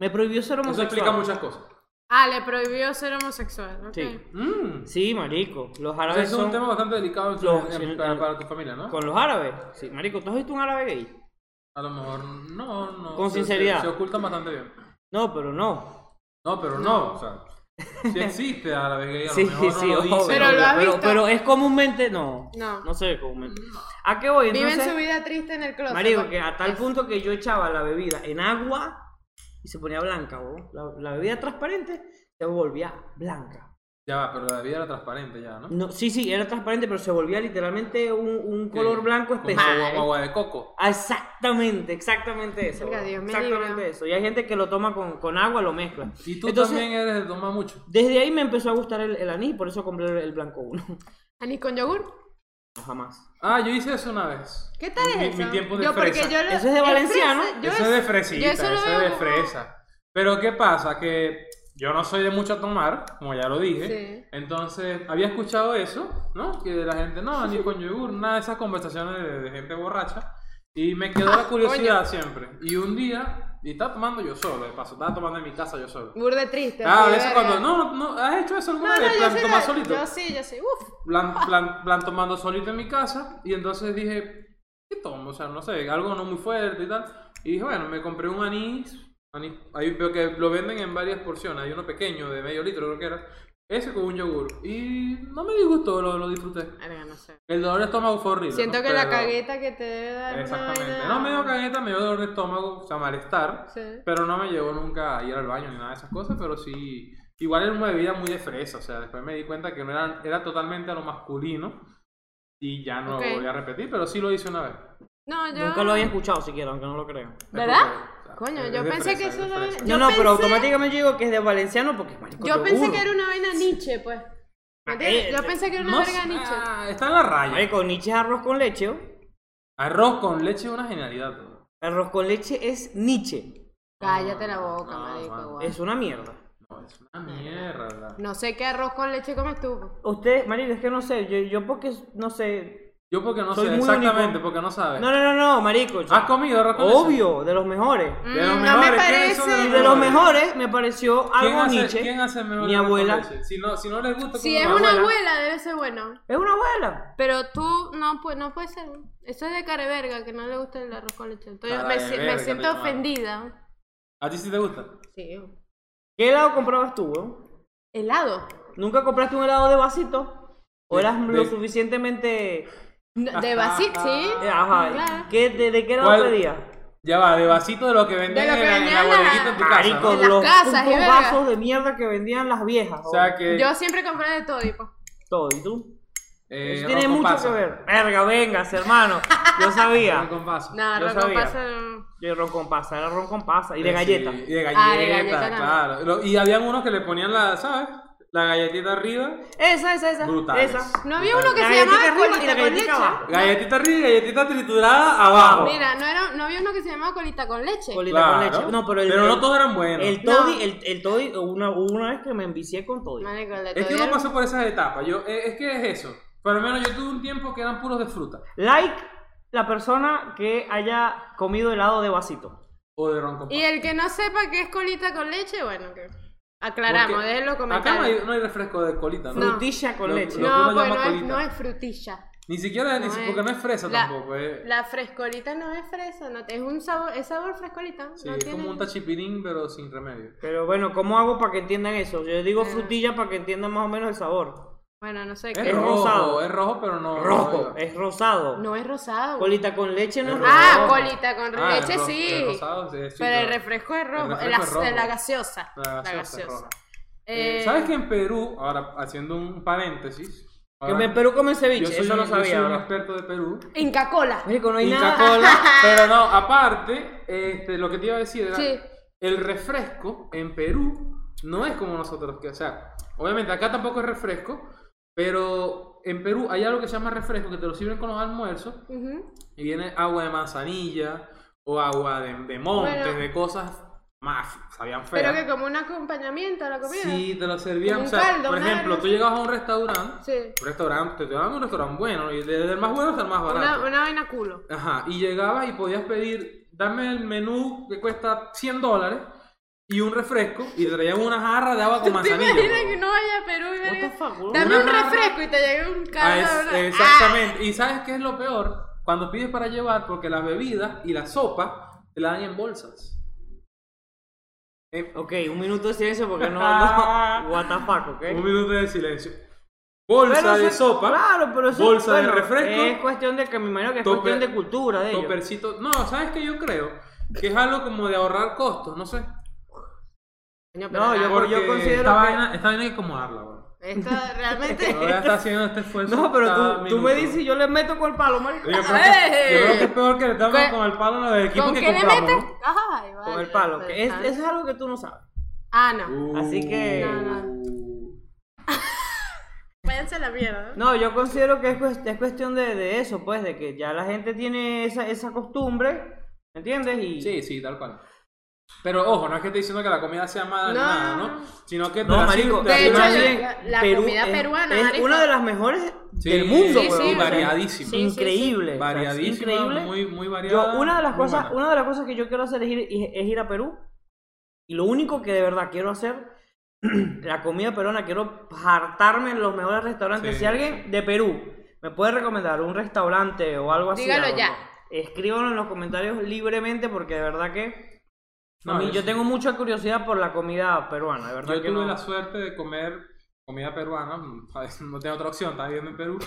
Speaker 3: Me prohibió ser
Speaker 2: Eso
Speaker 3: homosexual.
Speaker 2: explica muchas cosas.
Speaker 1: Ah, le prohibió ser homosexual. ok.
Speaker 3: Sí.
Speaker 2: Mm.
Speaker 3: Sí, marico. Los
Speaker 2: O sea,
Speaker 3: árabes
Speaker 2: eso es un
Speaker 3: son.
Speaker 2: tema bastante delicado en su-
Speaker 3: Los-
Speaker 2: en-
Speaker 3: en-
Speaker 2: para,
Speaker 3: en-
Speaker 2: para tu familia, ¿no?
Speaker 3: Con los árabes. Sí, marico, ¿tú has visto un árabe gay?
Speaker 2: A lo mejor no, no.
Speaker 3: Con
Speaker 2: se- se-
Speaker 3: sinceridad.
Speaker 2: Se, ocultan bastante bien.
Speaker 3: No, pero no.
Speaker 2: No, pero no, o sea, si existe a la vez gay, a
Speaker 3: Sí,
Speaker 2: lo mejor
Speaker 3: sí,
Speaker 2: no lo
Speaker 3: obvio,
Speaker 2: dice.
Speaker 1: Pero lo has
Speaker 3: pero,
Speaker 1: visto.
Speaker 3: pero es comúnmente. No.
Speaker 1: No.
Speaker 3: No se ve comúnmente. ¿A qué voy? Entonces,
Speaker 1: Viven su vida triste en el closet.
Speaker 3: Marico,
Speaker 1: pues.
Speaker 3: que a tal punto que yo echaba la bebida en agua y se ponía blanca, weón. La, la bebida transparente se volvía blanca.
Speaker 2: Ya va, pero la bebida era transparente ya, ¿no?
Speaker 3: No, sí, sí, era transparente, pero se volvía literalmente un, un color
Speaker 2: Sí,
Speaker 3: blanco
Speaker 2: como
Speaker 3: espeso.
Speaker 2: agua- agua de coco.
Speaker 3: Ah, Exactamente, exactamente eso.
Speaker 1: Verga,
Speaker 3: weón.
Speaker 1: Dios me
Speaker 3: exactamente
Speaker 1: libre.
Speaker 3: eso. Y hay gente que lo toma con, con agua, lo mezcla.
Speaker 2: Y tú
Speaker 3: Entonces,
Speaker 2: también eres de tomar mucho.
Speaker 3: Desde ahí me empezó a gustar el, el anís, por eso compré el, el blanco uno. (laughs)
Speaker 1: ¿Anís con yogur?
Speaker 3: No, jamás.
Speaker 2: Ah, yo hice eso una vez.
Speaker 1: ¿Qué tal
Speaker 2: Mi-
Speaker 1: es
Speaker 2: mi
Speaker 1: eso?
Speaker 2: tiempo de
Speaker 1: yo,
Speaker 2: fresa.
Speaker 1: porque yo lo-
Speaker 3: Eso es de valenciano.
Speaker 1: fresa, yo
Speaker 2: Eso es de fresita,
Speaker 1: yo
Speaker 2: eso,
Speaker 1: eso lo
Speaker 2: es
Speaker 1: veo
Speaker 2: de
Speaker 1: como-
Speaker 2: fresa. Pero ¿qué pasa? Que yo no soy de mucho a tomar, como ya lo dije.
Speaker 1: Sí.
Speaker 2: Entonces, había escuchado eso, ¿no? Que la gente, no, ni con yogur, nada de esas conversaciones de, de gente borracha. Y me quedó
Speaker 1: Ah,
Speaker 2: la curiosidad siempre. Y un día, y estaba tomando yo solo, de paso, estaba tomando en mi casa yo solo.
Speaker 1: Burde triste.
Speaker 2: Ah,
Speaker 1: sí,
Speaker 2: eso
Speaker 1: verga.
Speaker 2: cuando, no, no, has hecho eso
Speaker 1: No,
Speaker 2: alguna
Speaker 1: no,
Speaker 2: vez,
Speaker 1: yo
Speaker 2: plan,
Speaker 1: sí,
Speaker 2: tomar
Speaker 1: la-
Speaker 2: solito
Speaker 1: yo sí, yo sí. Uf.
Speaker 2: plan, plan, plan tomando solito en mi casa y entonces dije, ¿qué tomo? O sea, no sé, algo no muy fuerte y tal. Y dije, bueno, me compré un anís, anís ahí veo que lo venden en varias porciones, hay uno pequeño de medio litro creo que era, ese con un yogur. Y no me disgustó, lo, lo disfruté.
Speaker 1: Verga, no sé.
Speaker 2: El dolor de estómago fue horrible.
Speaker 1: Siento
Speaker 2: ¿no?
Speaker 1: que la
Speaker 2: Pero-
Speaker 1: cagueta que te debe dar. una
Speaker 2: Exactamente.
Speaker 1: vaina-
Speaker 2: No me dio cagueta, me dio dolor de estómago, o sea, malestar.
Speaker 1: Sí.
Speaker 2: Pero no me llevó nunca a ir al baño ni nada de esas cosas, pero sí. Igual era una bebida muy de fresa, o sea, después me di cuenta que no era, era totalmente a lo masculino y ya no
Speaker 1: Ok.
Speaker 2: lo volví a repetir, pero sí lo hice una vez.
Speaker 1: No, yo.
Speaker 3: Nunca lo había escuchado siquiera, aunque no lo crean.
Speaker 1: ¿Verdad?
Speaker 2: O sea,
Speaker 1: Coño,
Speaker 2: es
Speaker 1: yo
Speaker 2: de
Speaker 1: pensé
Speaker 2: fresa,
Speaker 1: que
Speaker 2: es de
Speaker 1: eso era-
Speaker 2: fresa.
Speaker 1: Yo
Speaker 3: no, pero
Speaker 1: pensé-
Speaker 3: automáticamente yo digo que es de valenciano porque es marico.
Speaker 1: Yo pensé
Speaker 3: yogur.
Speaker 1: que era una vaina Nietzsche, pues. ¿Me entiendes?
Speaker 3: Eh,
Speaker 1: Yo pensé que era una
Speaker 2: No
Speaker 1: verga
Speaker 2: sé,
Speaker 1: Nietzsche.
Speaker 2: ah, está en la raya.
Speaker 3: Marico, Nietzsche es arroz con leche, ¿o?
Speaker 2: Arroz con leche es una genialidad. bro.
Speaker 3: Arroz con leche es Nietzsche.
Speaker 1: Cállate la boca,
Speaker 2: no,
Speaker 1: marico.
Speaker 2: no.
Speaker 1: guau.
Speaker 3: Es una mierda.
Speaker 2: No, es una mierda.
Speaker 1: No sé qué arroz con leche comes tú. pues.
Speaker 3: Usted, marico, es que no sé, yo, yo porque no sé.
Speaker 2: Yo porque no
Speaker 3: Soy
Speaker 2: sé
Speaker 3: muy
Speaker 2: exactamente,
Speaker 3: único.
Speaker 2: porque no
Speaker 3: No,
Speaker 2: sabes.
Speaker 3: no, no, no, marico. o sea,
Speaker 2: ¿Has comido arroz con leche?
Speaker 3: Obvio, de los mejores.
Speaker 2: De los
Speaker 1: Mm, no me
Speaker 2: mejores, ¿quiénes son
Speaker 1: parece.
Speaker 3: Y de los mejores me pareció
Speaker 2: ¿Quién
Speaker 3: algo
Speaker 2: hace,
Speaker 3: Nietzsche.
Speaker 2: ¿Quién hace mejor
Speaker 3: Mi
Speaker 2: arroz con
Speaker 3: abuela.
Speaker 2: leche? Si no, si no les gusta,
Speaker 1: Si
Speaker 2: como
Speaker 1: es
Speaker 2: mi
Speaker 1: una
Speaker 2: abuela.
Speaker 1: abuela, debe ser bueno.
Speaker 3: Es una abuela.
Speaker 1: Pero tú no, pu- no puede ser. Eso es de careverga, que no le gusta el arroz con leche. Entonces me, si-
Speaker 2: Careverga,
Speaker 1: me siento
Speaker 2: coño, madre.
Speaker 1: ofendida.
Speaker 2: ¿A ti sí te gusta?
Speaker 1: Sí.
Speaker 3: ¿Qué helado comprabas tú, weón?
Speaker 1: Helado.
Speaker 3: ¿Nunca compraste un helado de vasito? ¿O
Speaker 2: De-
Speaker 3: eras lo
Speaker 2: de-
Speaker 3: suficientemente.
Speaker 1: No, De vasito, sí.
Speaker 3: Eh, (laughs) Ajá.
Speaker 1: Ah, Claro.
Speaker 3: ¿Qué, de, de qué helado
Speaker 2: ¿Cuál?
Speaker 3: pedías?
Speaker 2: Ya va, de vasito de lo que venden
Speaker 1: De lo
Speaker 2: en,
Speaker 1: que
Speaker 2: la- en
Speaker 1: vendían
Speaker 2: la
Speaker 1: la-
Speaker 2: bodeguita en tu casa. ¿no?
Speaker 3: Marico,
Speaker 1: En las
Speaker 3: los
Speaker 1: casas, y
Speaker 3: putos
Speaker 1: verga.
Speaker 3: vasos de mierda que vendían las viejas.
Speaker 2: O sea
Speaker 3: weón.
Speaker 2: que.
Speaker 1: Yo siempre compré de todo tipo.
Speaker 3: Todo, ¿y tú?
Speaker 2: eh,
Speaker 3: Eso
Speaker 2: arroz
Speaker 3: tiene
Speaker 2: con
Speaker 3: mucho
Speaker 2: pasa.
Speaker 3: que ver. Verga, vengas, hermano. Yo
Speaker 2: Arroz (laughs)
Speaker 3: sabía.
Speaker 2: con pasa.
Speaker 1: No,
Speaker 3: Yo
Speaker 1: arroz con
Speaker 3: sabía.
Speaker 1: pasa no.
Speaker 3: Y el ron con pasa, era ron con pasa. Y de
Speaker 2: Eh, Pues Sí, Y
Speaker 3: galleta.
Speaker 2: de galleta,
Speaker 1: Ah, de galleta también.
Speaker 2: claro. Lo- Y habían unos que le ponían la, ¿sabes? La galletita arriba.
Speaker 3: Esa, esa, esa.
Speaker 2: Brutales.
Speaker 3: Esa.
Speaker 1: No había uno que
Speaker 3: La
Speaker 1: se
Speaker 3: galletita
Speaker 1: llamaba
Speaker 3: arriba y la
Speaker 1: colita con
Speaker 3: galletita
Speaker 1: leche.
Speaker 3: abajo.
Speaker 2: Galletita arriba y galletita triturada abajo.
Speaker 1: Mira, no, era, no había uno que se llamaba colita con leche.
Speaker 3: Colita
Speaker 2: Claro.
Speaker 3: con leche. No, pero el-
Speaker 2: no todos eran buenos.
Speaker 3: El toddy, el, el toddy, una, hubo una vez que me envicié con toddy.
Speaker 1: Marico, el de
Speaker 2: Es que
Speaker 1: todero.
Speaker 2: uno pasó por esas etapas. Yo, eh, es que es eso. Por lo menos yo tuve un tiempo que eran puros de fruta.
Speaker 3: Like la persona que haya comido helado de vasito.
Speaker 2: O de ron con
Speaker 1: Y
Speaker 2: pasa.
Speaker 1: el que no sepa qué es colita con leche, bueno, que aclaramos,
Speaker 2: Porque
Speaker 1: déjenlo
Speaker 2: Acá no
Speaker 1: comentar.
Speaker 2: hay, no hay refresco de colita, ¿no?
Speaker 1: No.
Speaker 3: Frutilla con
Speaker 2: Lo-
Speaker 3: leche.
Speaker 2: lo-
Speaker 1: No,
Speaker 2: uno
Speaker 1: pues
Speaker 2: llama
Speaker 1: no es,
Speaker 2: colita.
Speaker 1: no es frutilla.
Speaker 2: Ni siquiera, ni
Speaker 1: No
Speaker 2: si-
Speaker 1: es-
Speaker 2: porque no es fresa
Speaker 1: La-
Speaker 2: tampoco. eh. Es,
Speaker 1: La frescolita no es fresa, no, es un sabor, es sabor frescolita.
Speaker 2: sí,
Speaker 1: no
Speaker 2: es
Speaker 1: tiene...
Speaker 2: como un tachipirín, pero sin remedio.
Speaker 3: Pero bueno, ¿cómo hago para que entiendan eso? Yo digo
Speaker 1: Ah.
Speaker 3: frutilla para que entiendan más o menos el sabor.
Speaker 1: Bueno, no sé
Speaker 2: Es,
Speaker 1: qué.
Speaker 3: Es
Speaker 2: rojo,
Speaker 3: rosado.
Speaker 2: es rojo, pero no.
Speaker 3: Rojo,
Speaker 2: no lleva-
Speaker 3: es rosado.
Speaker 1: No es rosado.
Speaker 3: Colita con leche no es
Speaker 2: Es
Speaker 3: rosado.
Speaker 1: ah,
Speaker 2: rojo.
Speaker 1: colita con
Speaker 2: Ah, el
Speaker 1: leche
Speaker 2: ro-
Speaker 1: sí.
Speaker 2: el rosado, sí, sí,
Speaker 1: pero el
Speaker 2: claro.
Speaker 1: refresco es rojo.
Speaker 2: refresco
Speaker 1: la,
Speaker 2: es rojo.
Speaker 1: la gaseosa.
Speaker 2: La gaseosa es roja.
Speaker 1: Eh,
Speaker 2: ¿Sabes que en Perú, ahora haciendo un paréntesis,
Speaker 3: Ah, Que
Speaker 2: ahora,
Speaker 3: me Perú comen
Speaker 2: Ah. yo
Speaker 3: ceviche,
Speaker 2: soy,
Speaker 3: eso
Speaker 2: un-
Speaker 3: lo
Speaker 2: yo soy
Speaker 3: sabía,
Speaker 2: un
Speaker 3: bro.
Speaker 2: experto de Perú,
Speaker 1: Inca Cola.
Speaker 3: Marico, no hay
Speaker 2: Inca
Speaker 3: nada.
Speaker 2: Kola,
Speaker 1: (laughs)
Speaker 2: pero no, aparte, este, lo que te iba a decir era,
Speaker 1: Sí.
Speaker 2: el refresco en Perú no es como nosotros, que, o sea, obviamente acá tampoco es refresco, pero en Perú hay algo que se llama refresco, que te lo sirven con los almuerzos,
Speaker 1: Ujú.
Speaker 2: y viene agua de manzanilla, o agua de, de montes,
Speaker 1: Bueno.
Speaker 2: de cosas más, sabían feas.
Speaker 1: Pero que como un acompañamiento a la comida.
Speaker 2: Sí, te lo servían.
Speaker 1: Como un
Speaker 2: o sea,
Speaker 1: caldo,
Speaker 2: por
Speaker 1: una
Speaker 2: ejemplo, tú
Speaker 1: vaina.
Speaker 2: llegabas a un restaurante,
Speaker 1: Sí.
Speaker 2: un restaurante, te daban un restaurante bueno, y desde el más bueno hasta el más
Speaker 1: Una,
Speaker 2: barato.
Speaker 1: una vaina culo.
Speaker 2: Ajá, y llegabas y podías pedir, dame el menú que cuesta 100 dólares y un refresco, y te traían una jarra de agua con
Speaker 1: ¿Te
Speaker 2: manzanilla.
Speaker 1: imaginas
Speaker 2: bro.
Speaker 1: que no vaya a Perú y
Speaker 3: What the
Speaker 1: verga?
Speaker 3: fuck, bro?
Speaker 1: Dame un
Speaker 2: Una-
Speaker 1: refresco y te llegue un
Speaker 2: Ah,
Speaker 1: caldo.
Speaker 2: es-
Speaker 1: ¿verdad?
Speaker 2: exactamente. ¿Y sabes qué es lo peor? Cuando pides para llevar, porque las bebidas y la sopa te la dan en bolsas. Eh,
Speaker 3: Ok, un minuto de silencio porque
Speaker 2: (laughs)
Speaker 3: no. no what the fuck,
Speaker 2: un
Speaker 3: ok.
Speaker 2: minuto de silencio. Bolsa
Speaker 3: Pero
Speaker 2: de
Speaker 3: eso-
Speaker 2: sopa.
Speaker 3: Claro, pero eso,
Speaker 2: bolsa de
Speaker 3: bueno,
Speaker 2: refresco.
Speaker 3: Es cuestión de que me imagino que es
Speaker 2: Tope-
Speaker 3: cuestión de cultura de ellos.
Speaker 2: Topercito. No, ¿sabes qué yo creo? Que es algo como de ahorrar costos, no sé.
Speaker 1: Coño, pero pues,
Speaker 3: No,
Speaker 1: la-
Speaker 3: yo,
Speaker 2: Porque
Speaker 3: yo considero
Speaker 2: esta,
Speaker 3: que-
Speaker 2: vaina, esta vaina hay que acomodarla, güey.
Speaker 1: Esta
Speaker 2: (laughs)
Speaker 1: realmente.
Speaker 2: Todavía está haciendo este esfuerzo.
Speaker 3: No, pero
Speaker 2: cada
Speaker 3: tú, tú me
Speaker 2: minuto.
Speaker 3: dices y yo le meto con el palo, marico.
Speaker 2: Yo creo que, yo
Speaker 1: ¡Eh!
Speaker 2: creo que es peor que le estamos
Speaker 1: ¿Con-
Speaker 2: con el palo los equipos
Speaker 1: ¿Con
Speaker 2: que
Speaker 1: qué le
Speaker 2: compramos.
Speaker 1: metes? Ay, vale,
Speaker 3: Con el palo.
Speaker 1: pues,
Speaker 3: que es-
Speaker 1: ah.
Speaker 3: eso es algo que tú no sabes.
Speaker 1: Ah, no.
Speaker 2: ¿no?
Speaker 3: Así que-
Speaker 1: No, Váyanse a la mierda.
Speaker 3: No, yo considero que es, cuest- es cuestión de, de eso, pues, de que ya la gente tiene esa, esa costumbre, ¿me entiendes? Y...
Speaker 2: Sí, sí, tal cual. Pero ojo, no es que esté diciendo que la comida sea mala ni
Speaker 1: No,
Speaker 2: nada,
Speaker 1: no,
Speaker 2: ¿no?
Speaker 1: no.
Speaker 2: Sino que te
Speaker 3: No,
Speaker 2: la
Speaker 3: marico,
Speaker 2: sirven-
Speaker 1: De
Speaker 2: te
Speaker 1: hecho,
Speaker 2: la
Speaker 1: la-
Speaker 2: sirven-
Speaker 3: imagen,
Speaker 1: la- la
Speaker 3: Perú
Speaker 1: comida
Speaker 3: es-
Speaker 1: peruana,
Speaker 3: es,
Speaker 1: marico.
Speaker 3: una de las mejores
Speaker 2: Sí,
Speaker 3: del mundo, pues,
Speaker 1: sí,
Speaker 3: weón.
Speaker 1: sí,
Speaker 2: variadísima.
Speaker 1: Sí, sí,
Speaker 3: increíble, o sea, es
Speaker 2: Variadísima,
Speaker 3: increíble.
Speaker 2: muy, muy
Speaker 3: Yo,
Speaker 2: variada.
Speaker 3: una de las
Speaker 2: muy
Speaker 3: cosas,
Speaker 2: buena.
Speaker 3: una de las cosas que yo quiero hacer es ir, es ir a Perú. Y lo único que de verdad quiero hacer, (clears throat) la comida peruana, quiero hartarme en los mejores restaurantes.
Speaker 2: Sí.
Speaker 3: Si alguien de Perú me puede recomendar un restaurante o algo así,
Speaker 1: Dígalo
Speaker 3: algo,
Speaker 1: ya.
Speaker 3: escríbanlo en los comentarios libremente porque de verdad que
Speaker 2: No,
Speaker 3: a mí,
Speaker 2: yo
Speaker 3: yo
Speaker 2: sí.
Speaker 3: tengo mucha curiosidad por la comida peruana, de verdad
Speaker 2: Yo
Speaker 3: que
Speaker 2: tuve
Speaker 3: no.
Speaker 2: la suerte de comer comida peruana, (laughs) no tengo otra opción, estaba viviendo en Perú,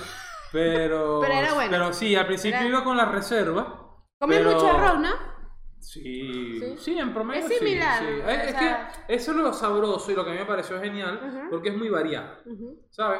Speaker 2: pero,
Speaker 1: (laughs) Pero era bueno.
Speaker 2: pero sí, al principio
Speaker 1: Era-
Speaker 2: iba con la reserva.
Speaker 1: Comen
Speaker 2: pero-
Speaker 1: mucho arroz, ¿no?
Speaker 2: Sí, sí,
Speaker 1: Sí.
Speaker 2: en promedio.
Speaker 1: Es
Speaker 2: sí,
Speaker 1: similar,
Speaker 2: sí.
Speaker 1: o
Speaker 2: Es, es
Speaker 1: sea-
Speaker 2: que eso es lo sabroso y lo que a mí me pareció genial,
Speaker 1: Ujú.
Speaker 2: porque es muy variado,
Speaker 1: Ujú.
Speaker 2: ¿sabes?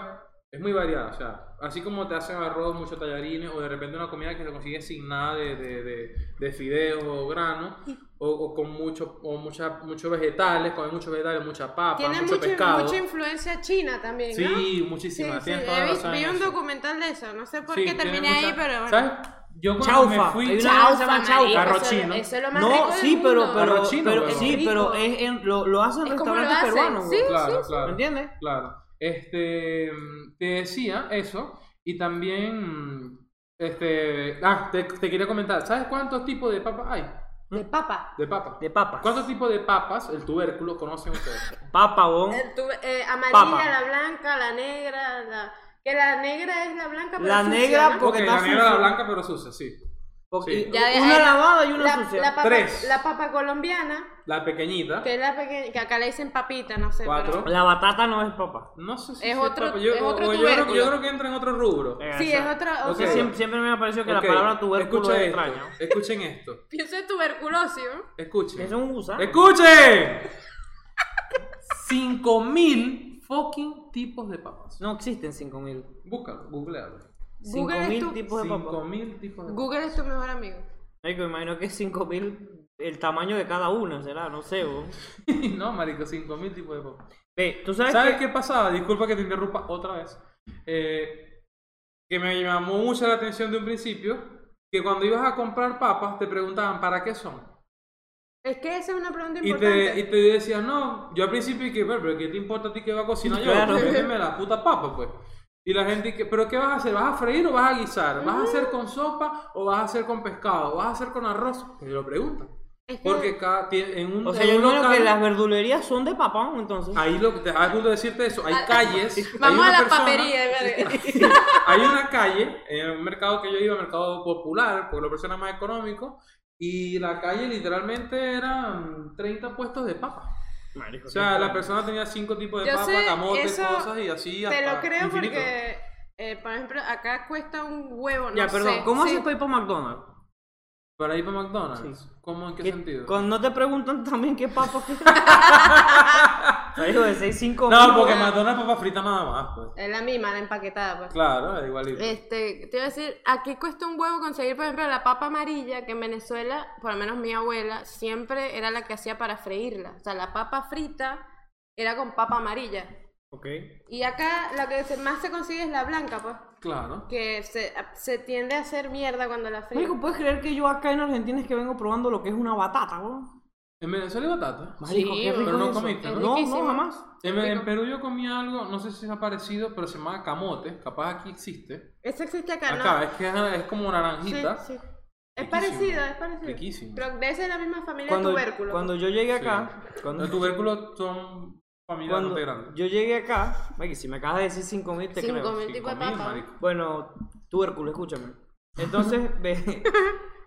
Speaker 2: Es muy variado, o sea, así como te hacen arroz, muchos tallarines, o de repente una comida que te consigues sin nada de, de, de, de fideos o grano, o, o con mucho, o mucha, muchos vegetales, comen muchos vegetales, mucha papa,
Speaker 1: Tiene
Speaker 2: mucho
Speaker 1: mucho-
Speaker 2: pescado.
Speaker 1: mucha influencia china también, ¿no?
Speaker 2: Sí, muchísimas.
Speaker 1: Sí,
Speaker 2: Tienes
Speaker 1: sí,
Speaker 2: toda la
Speaker 1: he visto-
Speaker 2: razón en
Speaker 1: vi un
Speaker 2: eso.
Speaker 1: documental de eso, no sé por
Speaker 2: Sí,
Speaker 1: qué
Speaker 2: tiene
Speaker 1: terminé
Speaker 2: mucha-
Speaker 1: ahí, pero bueno.
Speaker 2: ¿sabes? Yo cuando
Speaker 3: Chaufa,
Speaker 2: me fui.
Speaker 3: hay una-
Speaker 1: Chaufa,
Speaker 3: se llama chaufa,
Speaker 1: marico,
Speaker 2: arroz
Speaker 1: eso-
Speaker 2: chino.
Speaker 1: Eso es lo más rico
Speaker 3: No,
Speaker 1: del
Speaker 3: sí, pero,
Speaker 1: mundo.
Speaker 3: pero,
Speaker 2: Arroz chino,
Speaker 3: pero
Speaker 2: huevón.
Speaker 3: sí, pero es en- lo, lo hacen
Speaker 1: Es como lo
Speaker 3: restaurantes
Speaker 1: hacen,
Speaker 3: peruanos,
Speaker 1: sí.
Speaker 3: weón.
Speaker 2: Claro,
Speaker 3: ¿me
Speaker 2: claro.
Speaker 3: entiendes?
Speaker 2: Claro. Este, mm, te decía eso y también, mm, este, ah, te, te quería comentar, ¿sabes cuántos tipos de papas hay?
Speaker 1: De papa.
Speaker 2: De papas.
Speaker 3: De papas.
Speaker 2: ¿Cuántos tipos de papas, el tubérculo, conocen
Speaker 1: (laughs)
Speaker 2: ustedes?
Speaker 3: Papa, weón.
Speaker 1: Eh, tú- eh, amarilla,
Speaker 3: Papa.
Speaker 1: la blanca, la negra, la... que la negra es la blanca, pero
Speaker 3: La
Speaker 1: sucia,
Speaker 3: negra,
Speaker 1: ¿no?
Speaker 3: porque
Speaker 2: Ok,
Speaker 3: está
Speaker 2: la negra, la
Speaker 3: sucio.
Speaker 2: blanca, pero sucia, sí.
Speaker 3: Porque
Speaker 2: Sí.
Speaker 1: Ya de-
Speaker 3: una
Speaker 1: ahí la-
Speaker 3: lavada y una
Speaker 1: la,
Speaker 3: sucia.
Speaker 1: la papa,
Speaker 2: Tres.
Speaker 1: la papa colombiana,
Speaker 2: La pequeñita,
Speaker 1: que es la pequeña, que acá le dicen papita, no sé.
Speaker 2: Cuatro.
Speaker 1: pero- (laughs)
Speaker 3: La batata no es papa.
Speaker 2: no sé si
Speaker 1: Es
Speaker 2: sea
Speaker 1: otro-
Speaker 2: papa, yo,
Speaker 1: es otro
Speaker 2: o- o yo creo,
Speaker 1: tubérculo.
Speaker 2: yo creo que entra en otro rubro.
Speaker 1: Sí,
Speaker 3: Esa.
Speaker 1: es otra.
Speaker 2: Ok.
Speaker 1: otra-
Speaker 3: Siempre, siempre me ha parecido Eh, que
Speaker 2: Ok,
Speaker 3: la palabra tubérculo
Speaker 2: escucha
Speaker 3: es
Speaker 2: esto,
Speaker 3: extraña.
Speaker 2: Escuchen esto,
Speaker 1: Pienso en tuberculosis. ¿no?
Speaker 2: escuchen.
Speaker 3: Es un gusano.
Speaker 2: ¡Escuchen! 5000 fucking tipos de papas.
Speaker 3: No existen 5000.
Speaker 2: Búscalo, googlealo.
Speaker 1: Google es
Speaker 3: 5000
Speaker 1: tu-
Speaker 3: tipos de papas.
Speaker 2: 5000 tipos de papas.
Speaker 1: Google es tu mejor amigo.
Speaker 3: Ay, que me imagino que es 5000 el tamaño de cada una, será, no sé, vos.
Speaker 2: (laughs) no, marico, 5000 tipos de papas.
Speaker 3: Ve, tú sabes,
Speaker 2: ¿Sabes
Speaker 3: que
Speaker 2: qué pasaba? Disculpa que te interrumpa otra vez. Eh, que me llamó mucho la atención de un principio que cuando ibas a comprar papas te preguntaban ¿para qué son?
Speaker 1: Es que esa es una pregunta
Speaker 2: Y te,
Speaker 1: importante.
Speaker 2: y te decían, no, yo al principio que, pero, pero ¿qué te importa a ti que va a cocinar yo?
Speaker 3: Claro.
Speaker 2: Véndeme la puta papa, pues. Y la gente, que, ¿pero qué vas a hacer? ¿Vas a freír o vas a guisar? ¿Vas a hacer con sopa o vas a hacer con pescado? ¿Vas a hacer con arroz? Te lo preguntan.
Speaker 1: Es que-
Speaker 2: Porque cada, tie- en un,
Speaker 3: O sea,
Speaker 2: en
Speaker 3: yo
Speaker 2: un
Speaker 3: creo que
Speaker 2: local,
Speaker 3: las verdulerías son de papón, entonces.
Speaker 2: Ahí lo que te a punto de decirte eso,
Speaker 3: Ah,
Speaker 2: hay calles. hay
Speaker 1: Vamos
Speaker 2: una
Speaker 1: a la
Speaker 2: persona- (laughs)
Speaker 1: papería. verga.
Speaker 2: hay una calle, en un mercado que yo iba, mercado popular, porque lo precio era más económico, y la calle literalmente eran 30 puestos de papas.
Speaker 3: Marico,
Speaker 2: O sea,
Speaker 3: qué
Speaker 2: la
Speaker 3: extraño.
Speaker 2: persona tenía cinco tipos de
Speaker 1: Yo
Speaker 2: papas,
Speaker 1: sé,
Speaker 2: camotes,
Speaker 1: eso
Speaker 2: cosas y así.
Speaker 1: Te
Speaker 2: hasta
Speaker 1: lo creo
Speaker 2: infinito.
Speaker 1: porque, eh, por ejemplo, acá cuesta un huevo. No
Speaker 3: Ya, perdón,
Speaker 1: sé,
Speaker 3: ¿cómo
Speaker 1: sí.
Speaker 3: haces para ir para McDonald's?
Speaker 2: Para ir para McDonald's. ¿Cómo? ¿En qué,
Speaker 3: Que-
Speaker 2: sentido?
Speaker 3: Cuando no (laughs) te preguntan también qué papas. Hijo de 6-5.
Speaker 2: No, porque McDonald's papa frita nada más, pues.
Speaker 1: Es la misma, la empaquetada, pues.
Speaker 2: Claro, es igualito.
Speaker 1: Este, te iba a decir, aquí cuesta un huevo conseguir, por ejemplo, la papa amarilla, que en Venezuela, por lo menos mi abuela, siempre era la que hacía para freírla. O sea, la papa frita era con papa amarilla.
Speaker 2: Ok.
Speaker 1: Y acá la que se- más se consigue es la blanca, pues.
Speaker 2: Claro.
Speaker 1: Que se, se tiende a hacer mierda cuando la fríen.
Speaker 3: Marico, ¿puedes creer que yo acá en Argentina es que vengo probando lo que es una batata, weón?
Speaker 2: En Venezuela hay batata.
Speaker 3: Marico,
Speaker 1: Sí,
Speaker 3: qué rico
Speaker 2: pero no
Speaker 3: es eso.
Speaker 2: comiste, ¿no?
Speaker 3: No,
Speaker 1: Riquísimo.
Speaker 3: no, jamás.
Speaker 2: En,
Speaker 1: Rico.
Speaker 2: en Perú yo comía algo, no sé si es parecido, pero se llama camote. Capaz aquí existe.
Speaker 1: Eso existe acá, ¿no?
Speaker 2: Acá, es que es, es como
Speaker 1: Sí,
Speaker 2: naranjita.
Speaker 1: sí. Es
Speaker 2: Riquísimo.
Speaker 1: parecido, es parecido.
Speaker 2: Riquísimo.
Speaker 1: Pero debe ser la misma familia
Speaker 3: Cuando,
Speaker 1: de tubérculo.
Speaker 3: cuando yo llegué acá, cuando,
Speaker 2: Los tubérculos son familias
Speaker 3: cuando
Speaker 2: bastante grandes.
Speaker 3: yo llegué acá, Mike, si me acabas de decir 5000 te
Speaker 1: Cinco
Speaker 3: creo.
Speaker 1: mil.
Speaker 2: Cinco
Speaker 1: tipo de
Speaker 2: mil,
Speaker 1: papa.
Speaker 2: marico.
Speaker 3: Bueno, tubérculo, escúchame. Entonces, (laughs) ve,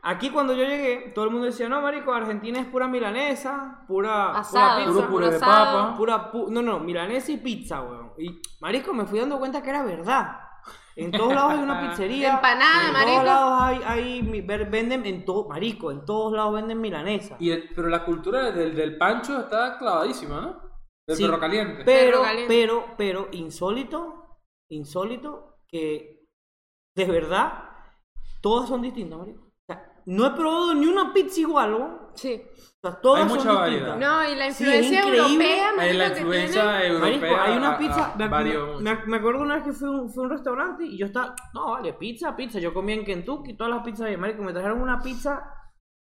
Speaker 3: aquí cuando yo llegué, todo el mundo decía, no, marico, Argentina es pura milanesa, pura, pura
Speaker 1: Asado,
Speaker 3: pizza,
Speaker 2: Puro puré de
Speaker 1: asado.
Speaker 2: papa.
Speaker 3: pura pu- no, no, milanesa y pizza, weón. Y, marico, me fui dando cuenta que era verdad. En todos lados
Speaker 2: (laughs)
Speaker 3: hay una pizzería.
Speaker 1: Empanada,
Speaker 3: en
Speaker 1: marico.
Speaker 3: todos lados hay, hay mi- ver- venden, en todo, marico, en todos lados venden milanesa.
Speaker 2: Y el- pero la cultura del, del pancho está clavadísima, ¿no? Del
Speaker 3: Sí.
Speaker 2: perro caliente.
Speaker 3: Pero,
Speaker 1: Perro caliente.
Speaker 3: pero, pero, insólito, insólito, que de verdad todas son distintas, marico. O sea, no he probado ni una pizza igual, ¿no?
Speaker 1: Sí.
Speaker 3: O sea, todas
Speaker 2: Hay
Speaker 3: son
Speaker 2: mucha variedad.
Speaker 3: distintas.
Speaker 1: No, y la
Speaker 3: Sí,
Speaker 1: influencia
Speaker 3: es increíble.
Speaker 1: europea,
Speaker 2: Eh,
Speaker 1: marico,
Speaker 2: Ah. la
Speaker 1: que
Speaker 2: influencia europea
Speaker 3: Marico, hay
Speaker 2: ha-
Speaker 3: una
Speaker 2: ha-
Speaker 3: pizza. me,
Speaker 2: varió mucho.
Speaker 3: me- me acuerdo una vez que fui a un, fui a un restaurante y yo estaba. No, vale, pizza, pizza. Yo comía en Kentucky todas las pizzas bien. Marico, me trajeron una pizza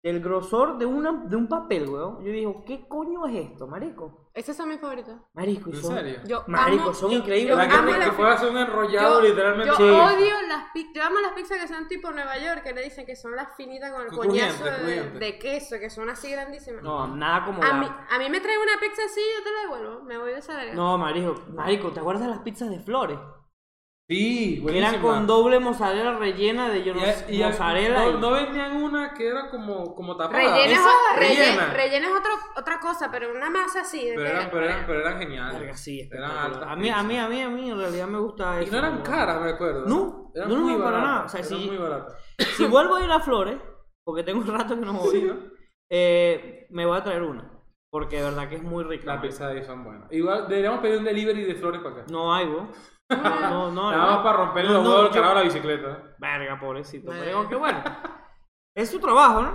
Speaker 3: del grosor de, una, de un papel, weón. Yo dije, ¿qué coño es esto, marico?
Speaker 1: tiene... Esas son mis favoritas.
Speaker 3: Marico, y
Speaker 2: ¿En
Speaker 3: son-
Speaker 2: serio?
Speaker 1: Yo
Speaker 3: Marico,
Speaker 1: amo-
Speaker 3: son
Speaker 1: yo-
Speaker 3: increíbles.
Speaker 1: yo
Speaker 2: la que,
Speaker 1: amo
Speaker 2: que
Speaker 1: la-
Speaker 2: puede hacer un enrollado
Speaker 1: yo-
Speaker 2: literalmente.
Speaker 1: Yo
Speaker 3: Sí.
Speaker 1: odio las pizzas. Yo amo las pizzas que son tipo Nueva York, que le dicen que son las finitas con el
Speaker 2: Crujiente,
Speaker 1: coñazo de,
Speaker 2: crujiente.
Speaker 1: de queso, que son así grandísimas.
Speaker 3: No, nada como
Speaker 1: a,
Speaker 3: la-
Speaker 1: mí, a mí me trae una pizza así y yo te la devuelvo. Me voy de esa verga.
Speaker 3: No, marico, marico, ¿te acuerdas de las pizzas de flores?
Speaker 2: Sí,
Speaker 3: Que
Speaker 2: buenísima.
Speaker 3: eran con doble mozzarella rellena de yo no sé,
Speaker 2: Y- y-
Speaker 3: mozzarella.
Speaker 2: No,
Speaker 3: y-
Speaker 2: no vendían una que era como, como tapada.
Speaker 1: Rellena, es o- relle-
Speaker 2: rellena.
Speaker 1: rellena es otro- otra cosa, pero una masa así. de
Speaker 2: Pero
Speaker 1: verga.
Speaker 2: eran, pero eran, pero eran geniales.
Speaker 3: Verga, sí,
Speaker 2: eran
Speaker 3: espectacular.
Speaker 2: altas.
Speaker 3: a mí, a mí, a mí, a mí, en realidad me gusta
Speaker 2: Y
Speaker 3: eso.
Speaker 2: no eran
Speaker 3: weón.
Speaker 2: caras, me acuerdo.
Speaker 3: No,
Speaker 2: eran
Speaker 3: no, no,
Speaker 2: muy
Speaker 3: para
Speaker 2: baratas,
Speaker 3: nada. O sea,
Speaker 2: eran
Speaker 3: sí.
Speaker 2: muy baratas.
Speaker 3: Si vuelvo a ir a Flores, porque tengo un rato que no voy, eh, me voy a traer una. Porque de verdad que es muy rica.
Speaker 2: Las pizzas de ahí son buenas. Igual deberíamos pedir un delivery de flores para acá.
Speaker 3: No hay, weón. No, no, no.
Speaker 2: (laughs) Nada más
Speaker 3: no.
Speaker 2: para romperle
Speaker 3: No,
Speaker 2: los
Speaker 3: no,
Speaker 2: huevos al
Speaker 3: yo-
Speaker 2: carajo a la bicicleta. ¿eh?
Speaker 3: Verga, pobrecito.
Speaker 1: Verga.
Speaker 3: Pero qué bueno. Es su trabajo, ¿no?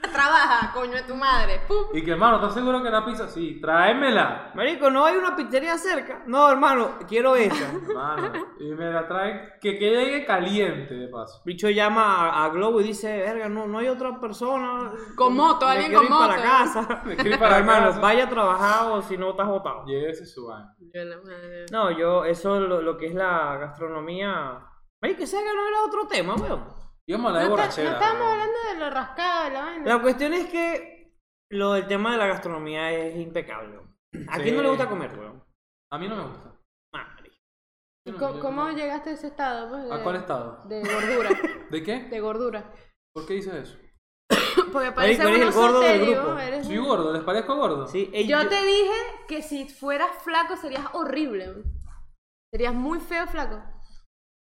Speaker 1: Trabaja, coño de tu madre. Pum.
Speaker 2: Y que hermano, ¿estás seguro que la pizza? Sí, tráemela.
Speaker 3: Marico, no hay una pizzería cerca. No, hermano, quiero esa.
Speaker 2: (laughs) Hermano. Y me la traen, que que llegue caliente de paso.
Speaker 3: Bicho llama a, a Globo y dice, verga, no, no hay otra persona.
Speaker 1: Con moto,
Speaker 3: Me
Speaker 1: alguien
Speaker 3: quiero
Speaker 1: con
Speaker 3: ir
Speaker 1: moto.
Speaker 3: para (laughs) casa.
Speaker 2: Me quiero ir para
Speaker 3: hermano,
Speaker 2: casa.
Speaker 3: vaya a trabajar o si no estás botado.
Speaker 2: Llévese su baño.
Speaker 1: Yo la madre.
Speaker 3: No, yo, eso lo, lo que es la gastronomía. Ay, que sea que no era otro tema, weón.
Speaker 2: Íbamos a la de
Speaker 1: No, está- no
Speaker 2: borrachera.
Speaker 1: estábamos
Speaker 2: weón.
Speaker 1: hablando de lo rascado, de la vaina.
Speaker 3: La cuestión es que lo del tema de la gastronomía es impecable. weón. ¿A
Speaker 2: Sí.
Speaker 3: quién no le gusta comer, weón?
Speaker 2: A mí no me gusta.
Speaker 3: Madre.
Speaker 1: ¿Y co- ¿Cómo llegaste a ese estado? pues, de,
Speaker 2: ¿A cuál estado?
Speaker 1: De gordura.
Speaker 2: (laughs) ¿De qué?
Speaker 1: De gordura.
Speaker 2: ¿Por qué dices eso?
Speaker 1: Porque parece
Speaker 3: eres
Speaker 1: uno
Speaker 3: el gordo del
Speaker 1: soltero,
Speaker 3: grupo.
Speaker 1: eres
Speaker 2: Soy
Speaker 1: un-
Speaker 2: gordo, ¿les parezco gordo?
Speaker 3: Sí, ey,
Speaker 1: Yo
Speaker 3: yo-
Speaker 1: te dije que si fueras flaco serías horrible. Serías muy feo flaco.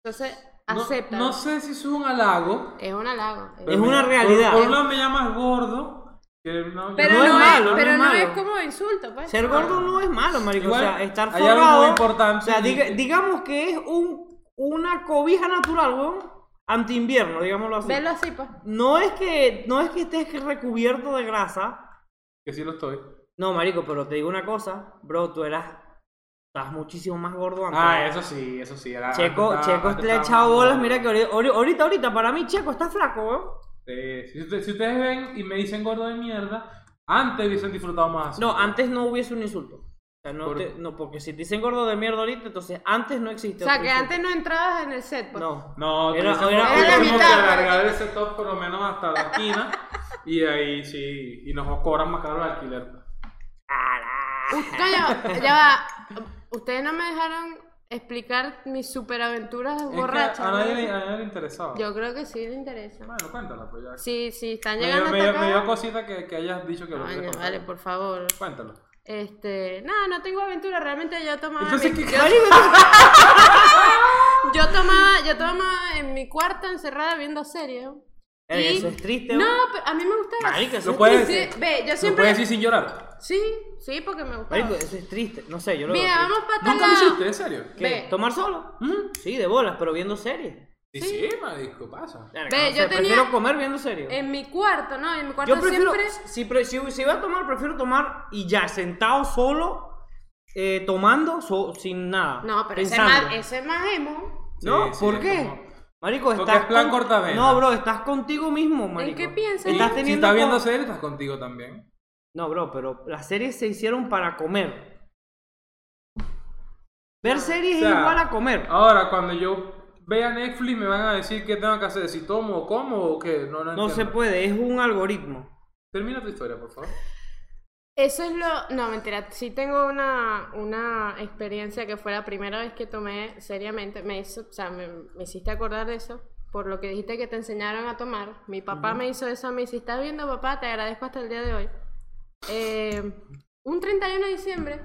Speaker 1: Entonces,
Speaker 2: No-
Speaker 1: acepta.
Speaker 2: No, sé si eso es un halago.
Speaker 1: Es un halago.
Speaker 2: pero
Speaker 3: Es una
Speaker 2: me-
Speaker 3: realidad. ¿eh?
Speaker 2: Por, por un lado me llamas gordo. que no-
Speaker 1: Pero
Speaker 2: yo-
Speaker 1: no, es,
Speaker 3: No es malo, no
Speaker 1: pero
Speaker 3: es
Speaker 1: no
Speaker 3: malo.
Speaker 1: es como insulto, pues.
Speaker 3: Ser gordo no es malo, marico.
Speaker 2: Igual,
Speaker 3: o sea, estar
Speaker 2: hay algo
Speaker 3: forrado.
Speaker 2: muy importante
Speaker 3: O sea,
Speaker 2: y-
Speaker 3: diga- digamos que es un, una cobija natural, weón. Anti-invierno, digámoslo así.
Speaker 1: Velo así, pues.
Speaker 3: No es que no es que estés recubierto de grasa.
Speaker 2: Que sí lo estoy.
Speaker 3: No, marico, pero te digo una cosa, bro, tú eras estás muchísimo más gordo antes.
Speaker 2: Ah, eso sí, eso sí. era-
Speaker 3: Checo,
Speaker 2: antes estaba-
Speaker 3: Checo
Speaker 2: antes
Speaker 3: le ha
Speaker 2: estaba
Speaker 3: echado
Speaker 2: más
Speaker 3: bolas,
Speaker 2: gordo.
Speaker 3: mira que ahorita, ahorita, ahorita, para mí Checo está flaco, weón.
Speaker 2: Eh, si, usted- si ustedes ven y me dicen gordo de mierda, antes hubiesen disfrutado más.
Speaker 3: No, antes no hubiese un insulto. O sea, no,
Speaker 2: Por-
Speaker 3: te- no, porque si te dicen gordo de mierda ahorita, entonces antes no
Speaker 1: O
Speaker 3: existe.
Speaker 1: sea,
Speaker 3: otro
Speaker 1: que
Speaker 3: insulto.
Speaker 1: antes no entrabas en el set, pues.
Speaker 3: No.
Speaker 2: No,
Speaker 3: Era-
Speaker 2: tuviésemos-
Speaker 3: era-
Speaker 1: era la
Speaker 2: tuviésemos
Speaker 1: mitad,
Speaker 2: que
Speaker 1: pero-
Speaker 2: alargar ese top por lo menos hasta la esquina. y ahí sí, y nos cobran más caro el alquiler.
Speaker 1: Coño, ya va. Ustedes no me dejaron explicar mis superaventuras
Speaker 2: Es que
Speaker 1: borrachas.
Speaker 2: a nadie, le-
Speaker 1: ¿no?
Speaker 2: a nadie le interesaba.
Speaker 1: Yo creo que sí le interesa.
Speaker 2: Bueno, cuéntala, pues ya.
Speaker 1: Sí, sí, están
Speaker 2: me, dio,
Speaker 1: llegando
Speaker 2: me,
Speaker 1: hasta
Speaker 2: dio,
Speaker 1: acá.
Speaker 2: me dio cosita que, que hayas dicho que lo
Speaker 1: Coño,
Speaker 2: quieres contar.
Speaker 1: vale, pues. por favor.
Speaker 2: Cuéntalo.
Speaker 1: Este, no, no tengo aventura, realmente yo tomaba
Speaker 2: Entonces,
Speaker 1: mi-
Speaker 2: ¿qué-
Speaker 1: Ah, yo,
Speaker 3: (laughs)
Speaker 1: yo tomaba, yo tomaba en mi cuarto encerrada viendo series.
Speaker 3: Verga,
Speaker 1: Y-
Speaker 3: Eso es triste,
Speaker 1: No,
Speaker 3: weón.
Speaker 1: pero a mí me gustaba.
Speaker 3: Marica, eso
Speaker 2: Lo
Speaker 3: es
Speaker 2: puedes
Speaker 1: Sí,
Speaker 2: decir.
Speaker 1: ve, yo
Speaker 2: Lo
Speaker 1: siempre
Speaker 2: puedes decir sin llorar.
Speaker 1: Sí, Sí, porque me gustaba.
Speaker 3: Marico, eso es triste. No sé, yo lo
Speaker 1: Mira,
Speaker 3: veo.
Speaker 1: vamos para tal
Speaker 2: ¿Nunca lo
Speaker 1: lado.
Speaker 2: hiciste? ¿En serio?
Speaker 3: ¿Qué?
Speaker 1: Ve.
Speaker 3: ¿Tomar solo?
Speaker 2: ¿Mm?
Speaker 3: Sí, de bolas, pero viendo series.
Speaker 2: Sí, sí, marico, pasa.
Speaker 3: Verga,
Speaker 1: Ve,
Speaker 3: no
Speaker 1: yo
Speaker 3: sé,
Speaker 1: tenía-
Speaker 3: Prefiero comer viendo series.
Speaker 1: En mi cuarto, ¿no? En mi cuarto
Speaker 3: Yo prefiero,
Speaker 1: siempre.
Speaker 3: si, pre- si, si voy a tomar, prefiero tomar y ya, sentado solo, eh, tomando, so- sin nada.
Speaker 1: No, pero ese es,
Speaker 3: pensando.
Speaker 1: más, ese es más emo.
Speaker 3: ¿No?
Speaker 2: Sí, sí,
Speaker 3: ¿Por
Speaker 2: es
Speaker 3: qué?
Speaker 2: como-
Speaker 3: Marico,
Speaker 2: Porque
Speaker 3: estás.
Speaker 2: es plan
Speaker 3: con-
Speaker 2: cortavena.
Speaker 3: No, bro, estás contigo mismo, marico.
Speaker 1: qué piensas?
Speaker 3: Estás
Speaker 2: si
Speaker 3: teniendo.
Speaker 2: estás viendo
Speaker 3: con-
Speaker 2: series, estás contigo también.
Speaker 3: No, bro, pero las series se hicieron para comer. Ver series
Speaker 2: Ah, O sea, ah,
Speaker 3: es igual a comer.
Speaker 2: Ahora, cuando yo vea Netflix, me van a decir qué tengo que hacer, si tomo o como o qué. No, no,
Speaker 3: No
Speaker 2: entiendo.
Speaker 3: se puede, es un algoritmo.
Speaker 2: Termina tu historia, por favor.
Speaker 1: Eso es lo. No, mentira. Sí tengo una, una experiencia que fue la primera vez que tomé seriamente. Me hizo, o sea, me, me hiciste acordar de eso. Por lo que dijiste que te enseñaron a tomar. Mi papá me hizo eso a mí. Si estás viendo, papá, te agradezco hasta el día de hoy. Eh, un 31 de diciembre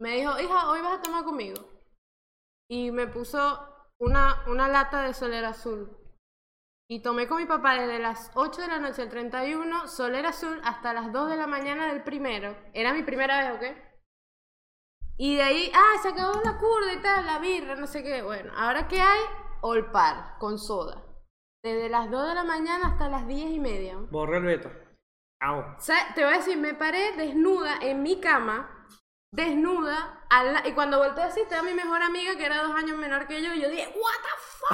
Speaker 1: me dijo, hija, hoy vas a tomar conmigo. Y me puso una, una lata de solera azul. Y tomé con mi papá desde las 8 de la noche del 31, solera azul, hasta las 2 de la mañana del primero. Era mi primera vez, ¿ok? Y de ahí, ah, se acabó la curda y tal, la birra, no sé qué. Bueno, ahora que hay, olpar con soda. Desde las 2 de la mañana hasta las 10 y media.
Speaker 3: Borra el veto. Chao.
Speaker 1: O sea, te voy a decir, me paré desnuda en mi cama, desnuda, al la- y cuando volteé así, estaba mi mejor amiga que era dos años menor que yo, y yo dije, ¿What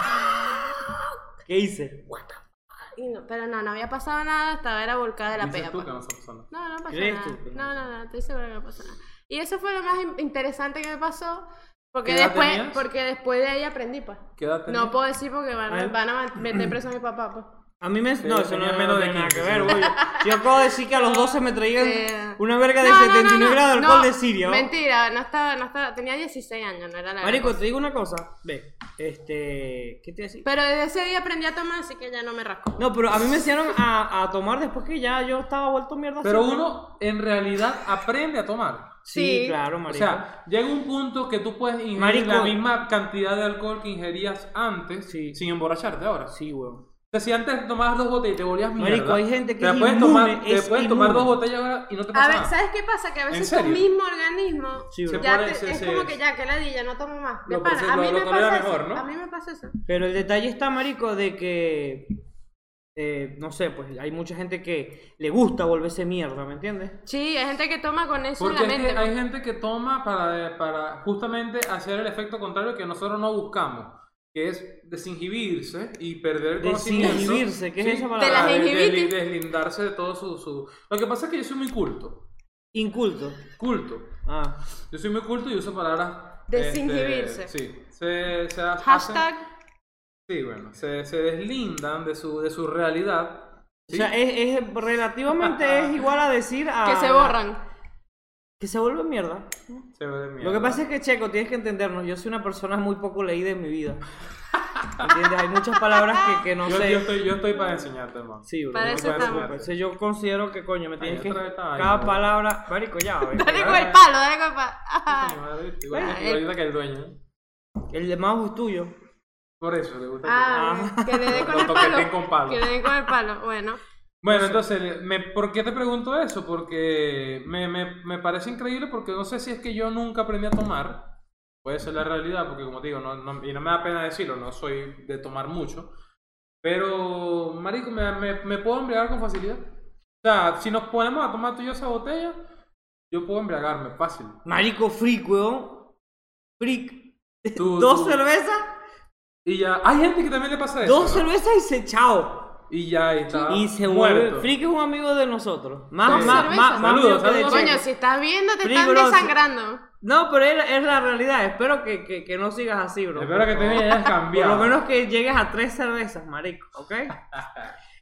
Speaker 1: the fuck?
Speaker 3: ¿Qué hice?
Speaker 1: Y no, pero no, no había pasado nada, estaba era volcada de la
Speaker 2: Dices
Speaker 1: pega.
Speaker 2: tú
Speaker 1: pues.
Speaker 2: que no está pasando.
Speaker 1: No, no pasó
Speaker 3: ¿Crees
Speaker 1: nada.
Speaker 3: tú que
Speaker 1: No,
Speaker 3: no?
Speaker 1: no, no, estoy segura que no pasó nada. Y eso fue lo más in- interesante que me pasó, porque
Speaker 2: ¿Qué edad
Speaker 1: después,
Speaker 2: tenías?
Speaker 1: porque después de ahí aprendí, pues.
Speaker 2: Quédate.
Speaker 1: No puedo decir porque van,
Speaker 3: Ay.
Speaker 1: a- van a meter preso a mi papá, pues.
Speaker 3: A mí me. No,
Speaker 2: yo
Speaker 3: eso no
Speaker 2: tenía
Speaker 3: no
Speaker 2: menos de
Speaker 3: tiene nada que
Speaker 2: 15,
Speaker 3: ver,
Speaker 2: sí.
Speaker 3: güey. Yo acabo de decir que a los 12 me traían
Speaker 1: Eh,
Speaker 3: una verga de
Speaker 1: no, no, no,
Speaker 3: 79
Speaker 1: no,
Speaker 3: grados de
Speaker 1: no,
Speaker 3: alcohol de Siria. ¿no?
Speaker 1: Mentira, no estaba, no estaba, tenía 16 años, no era la gran
Speaker 3: Marico,
Speaker 1: cosa.
Speaker 3: te digo una cosa. Ve, este. ¿Qué te iba a decir?
Speaker 1: Pero desde ese día aprendí a tomar, así que ya no me rasco.
Speaker 3: No, pero a mí me enseñaron a, a tomar después que ya yo estaba vuelto mierda.
Speaker 2: Pero
Speaker 3: siempre.
Speaker 2: uno, en realidad, aprende a tomar.
Speaker 3: Sí,
Speaker 1: Sí.
Speaker 3: claro,
Speaker 2: O
Speaker 3: marico.
Speaker 2: sea, llega un punto que tú puedes ingerir
Speaker 3: Marico.
Speaker 2: la misma cantidad de alcohol que ingerías antes
Speaker 3: Sí.
Speaker 2: sin emborracharte ahora.
Speaker 3: sí, weón.
Speaker 2: O sea, si antes tomabas dos botellas y te volvías mierda.
Speaker 3: Marico, hay gente que
Speaker 2: te
Speaker 3: es
Speaker 2: puedes
Speaker 3: inmune,
Speaker 2: tomar, te
Speaker 3: es
Speaker 2: puedes tomar
Speaker 3: inmune.
Speaker 2: dos botellas ahora y no te pasa
Speaker 1: A ver,
Speaker 2: nada.
Speaker 1: ¿sabes qué pasa? Que a veces
Speaker 2: ¿En
Speaker 1: tu
Speaker 2: serio?
Speaker 1: mismo organismo
Speaker 3: Sí, bro.
Speaker 1: ya te-
Speaker 2: Se pone-
Speaker 1: es
Speaker 2: se-
Speaker 1: como
Speaker 2: se-
Speaker 1: que ya, que la ya no tomo más. De
Speaker 2: Lo
Speaker 1: pana,
Speaker 2: procesa-
Speaker 1: a mí
Speaker 2: pues lo-
Speaker 1: me
Speaker 2: lo tolera
Speaker 1: pasa eso.
Speaker 2: mejor, ¿no?
Speaker 1: A mí me pasa eso.
Speaker 3: Pero el detalle está, marico, de que. eh, no sé, pues hay mucha gente que le gusta volverse mierda, ¿me entiendes?
Speaker 1: Sí, hay gente que toma con eso en
Speaker 2: Porque
Speaker 1: la
Speaker 2: es que
Speaker 1: mente.
Speaker 2: hay gente que toma para, eh, para justamente hacer el efecto contrario que nosotros no buscamos, que es desinhibirse y perder el conocimiento.
Speaker 3: Desinhibirse, ¿qué es esa palabra?
Speaker 1: De la
Speaker 2: Para
Speaker 1: gingivitis.
Speaker 2: deslindarse de todo su, su- Lo que pasa es que yo soy muy culto,
Speaker 3: Inculto.
Speaker 2: culto.
Speaker 3: Ah.
Speaker 2: Yo soy muy culto y uso palabras...
Speaker 1: Desinhibirse.
Speaker 2: este, sí. Se, se hacen-
Speaker 1: Hashtag.
Speaker 2: sí, bueno. Se, se deslindan de su, de su realidad.
Speaker 3: O sea, es, es- relativamente
Speaker 2: (laughs)
Speaker 3: es igual a decir a.
Speaker 1: Que se
Speaker 2: Ah,
Speaker 1: borran.
Speaker 3: Que se vuelve mierda.
Speaker 2: Se ve de
Speaker 3: Lo que
Speaker 2: mierda.
Speaker 3: pasa es que, Checo, tienes que entendernos. Yo soy una persona muy poco leída en mi vida. ¿Entiendes? Hay muchas palabras que, que no
Speaker 2: yo,
Speaker 3: sé.
Speaker 2: yo estoy, yo estoy para enseñarte, hermano.
Speaker 3: Sí, bro.
Speaker 1: Para
Speaker 3: no
Speaker 1: eso
Speaker 2: (laughs)
Speaker 3: te
Speaker 1: estamos.
Speaker 3: preocupes. Entonces, yo considero que, coño, me tienes
Speaker 2: Ay,
Speaker 3: que.
Speaker 2: otra vez esta vaina,
Speaker 3: Cada
Speaker 2: bro.
Speaker 3: palabra.
Speaker 1: (laughs)
Speaker 3: Marico, ya, bro.
Speaker 1: Dale con el palo, dale con el palo. Ajá.
Speaker 2: Coño, madre, igual-
Speaker 1: Ah. Bueno, eh,
Speaker 2: igualita que el dueño.
Speaker 3: El de mouse es tuyo.
Speaker 2: Por eso le gusta. que-
Speaker 1: Ah,
Speaker 3: Ah.
Speaker 1: que le
Speaker 2: (laughs)
Speaker 1: den con
Speaker 2: Lo
Speaker 1: el
Speaker 2: toqueteen
Speaker 1: palo.
Speaker 2: con palo.
Speaker 1: Que le den con el palo. Bueno,
Speaker 2: Bueno, entonces, me- ¿por qué te pregunto eso? Porque me, me- me parece increíble porque no sé si es que yo nunca aprendí a tomar. Puede ser la realidad, porque como te digo, no, no- y no me da pena decirlo, no soy de tomar mucho. Pero, marico, me, me- me puedo embriagar con facilidad. O sea, si nos ponemos a tomar tú y yo esa botella, yo puedo embriagarme fácil.
Speaker 3: Marico, freak, weón. Freak.
Speaker 2: Tú-
Speaker 3: (laughs) Dos
Speaker 2: tú-
Speaker 3: cervezas.
Speaker 2: Y ya, hay gente que también le pasa eso.
Speaker 3: Dos
Speaker 2: ¿no?
Speaker 3: cervezas y se chao.
Speaker 2: Y ya ahí está.
Speaker 3: Y se
Speaker 2: muerto.
Speaker 3: vuelve. Freak es un amigo de nosotros. Más,
Speaker 2: Sí.
Speaker 3: más,
Speaker 1: Cerveza.
Speaker 3: más, más
Speaker 2: Saludos,
Speaker 3: amigo que de
Speaker 2: saludos.
Speaker 3: Checo.
Speaker 1: coño, si estás viendo, te están
Speaker 3: Peligroso.
Speaker 1: desangrando.
Speaker 3: No, pero es, es la realidad. Espero que, que, que no sigas así, bro.
Speaker 2: Espero que
Speaker 3: Por
Speaker 2: te
Speaker 3: favor.
Speaker 2: hayas
Speaker 3: Por
Speaker 2: cambiado.
Speaker 3: lo menos que llegues a tres cervezas, marico,
Speaker 2: (laughs)
Speaker 3: ¿ok?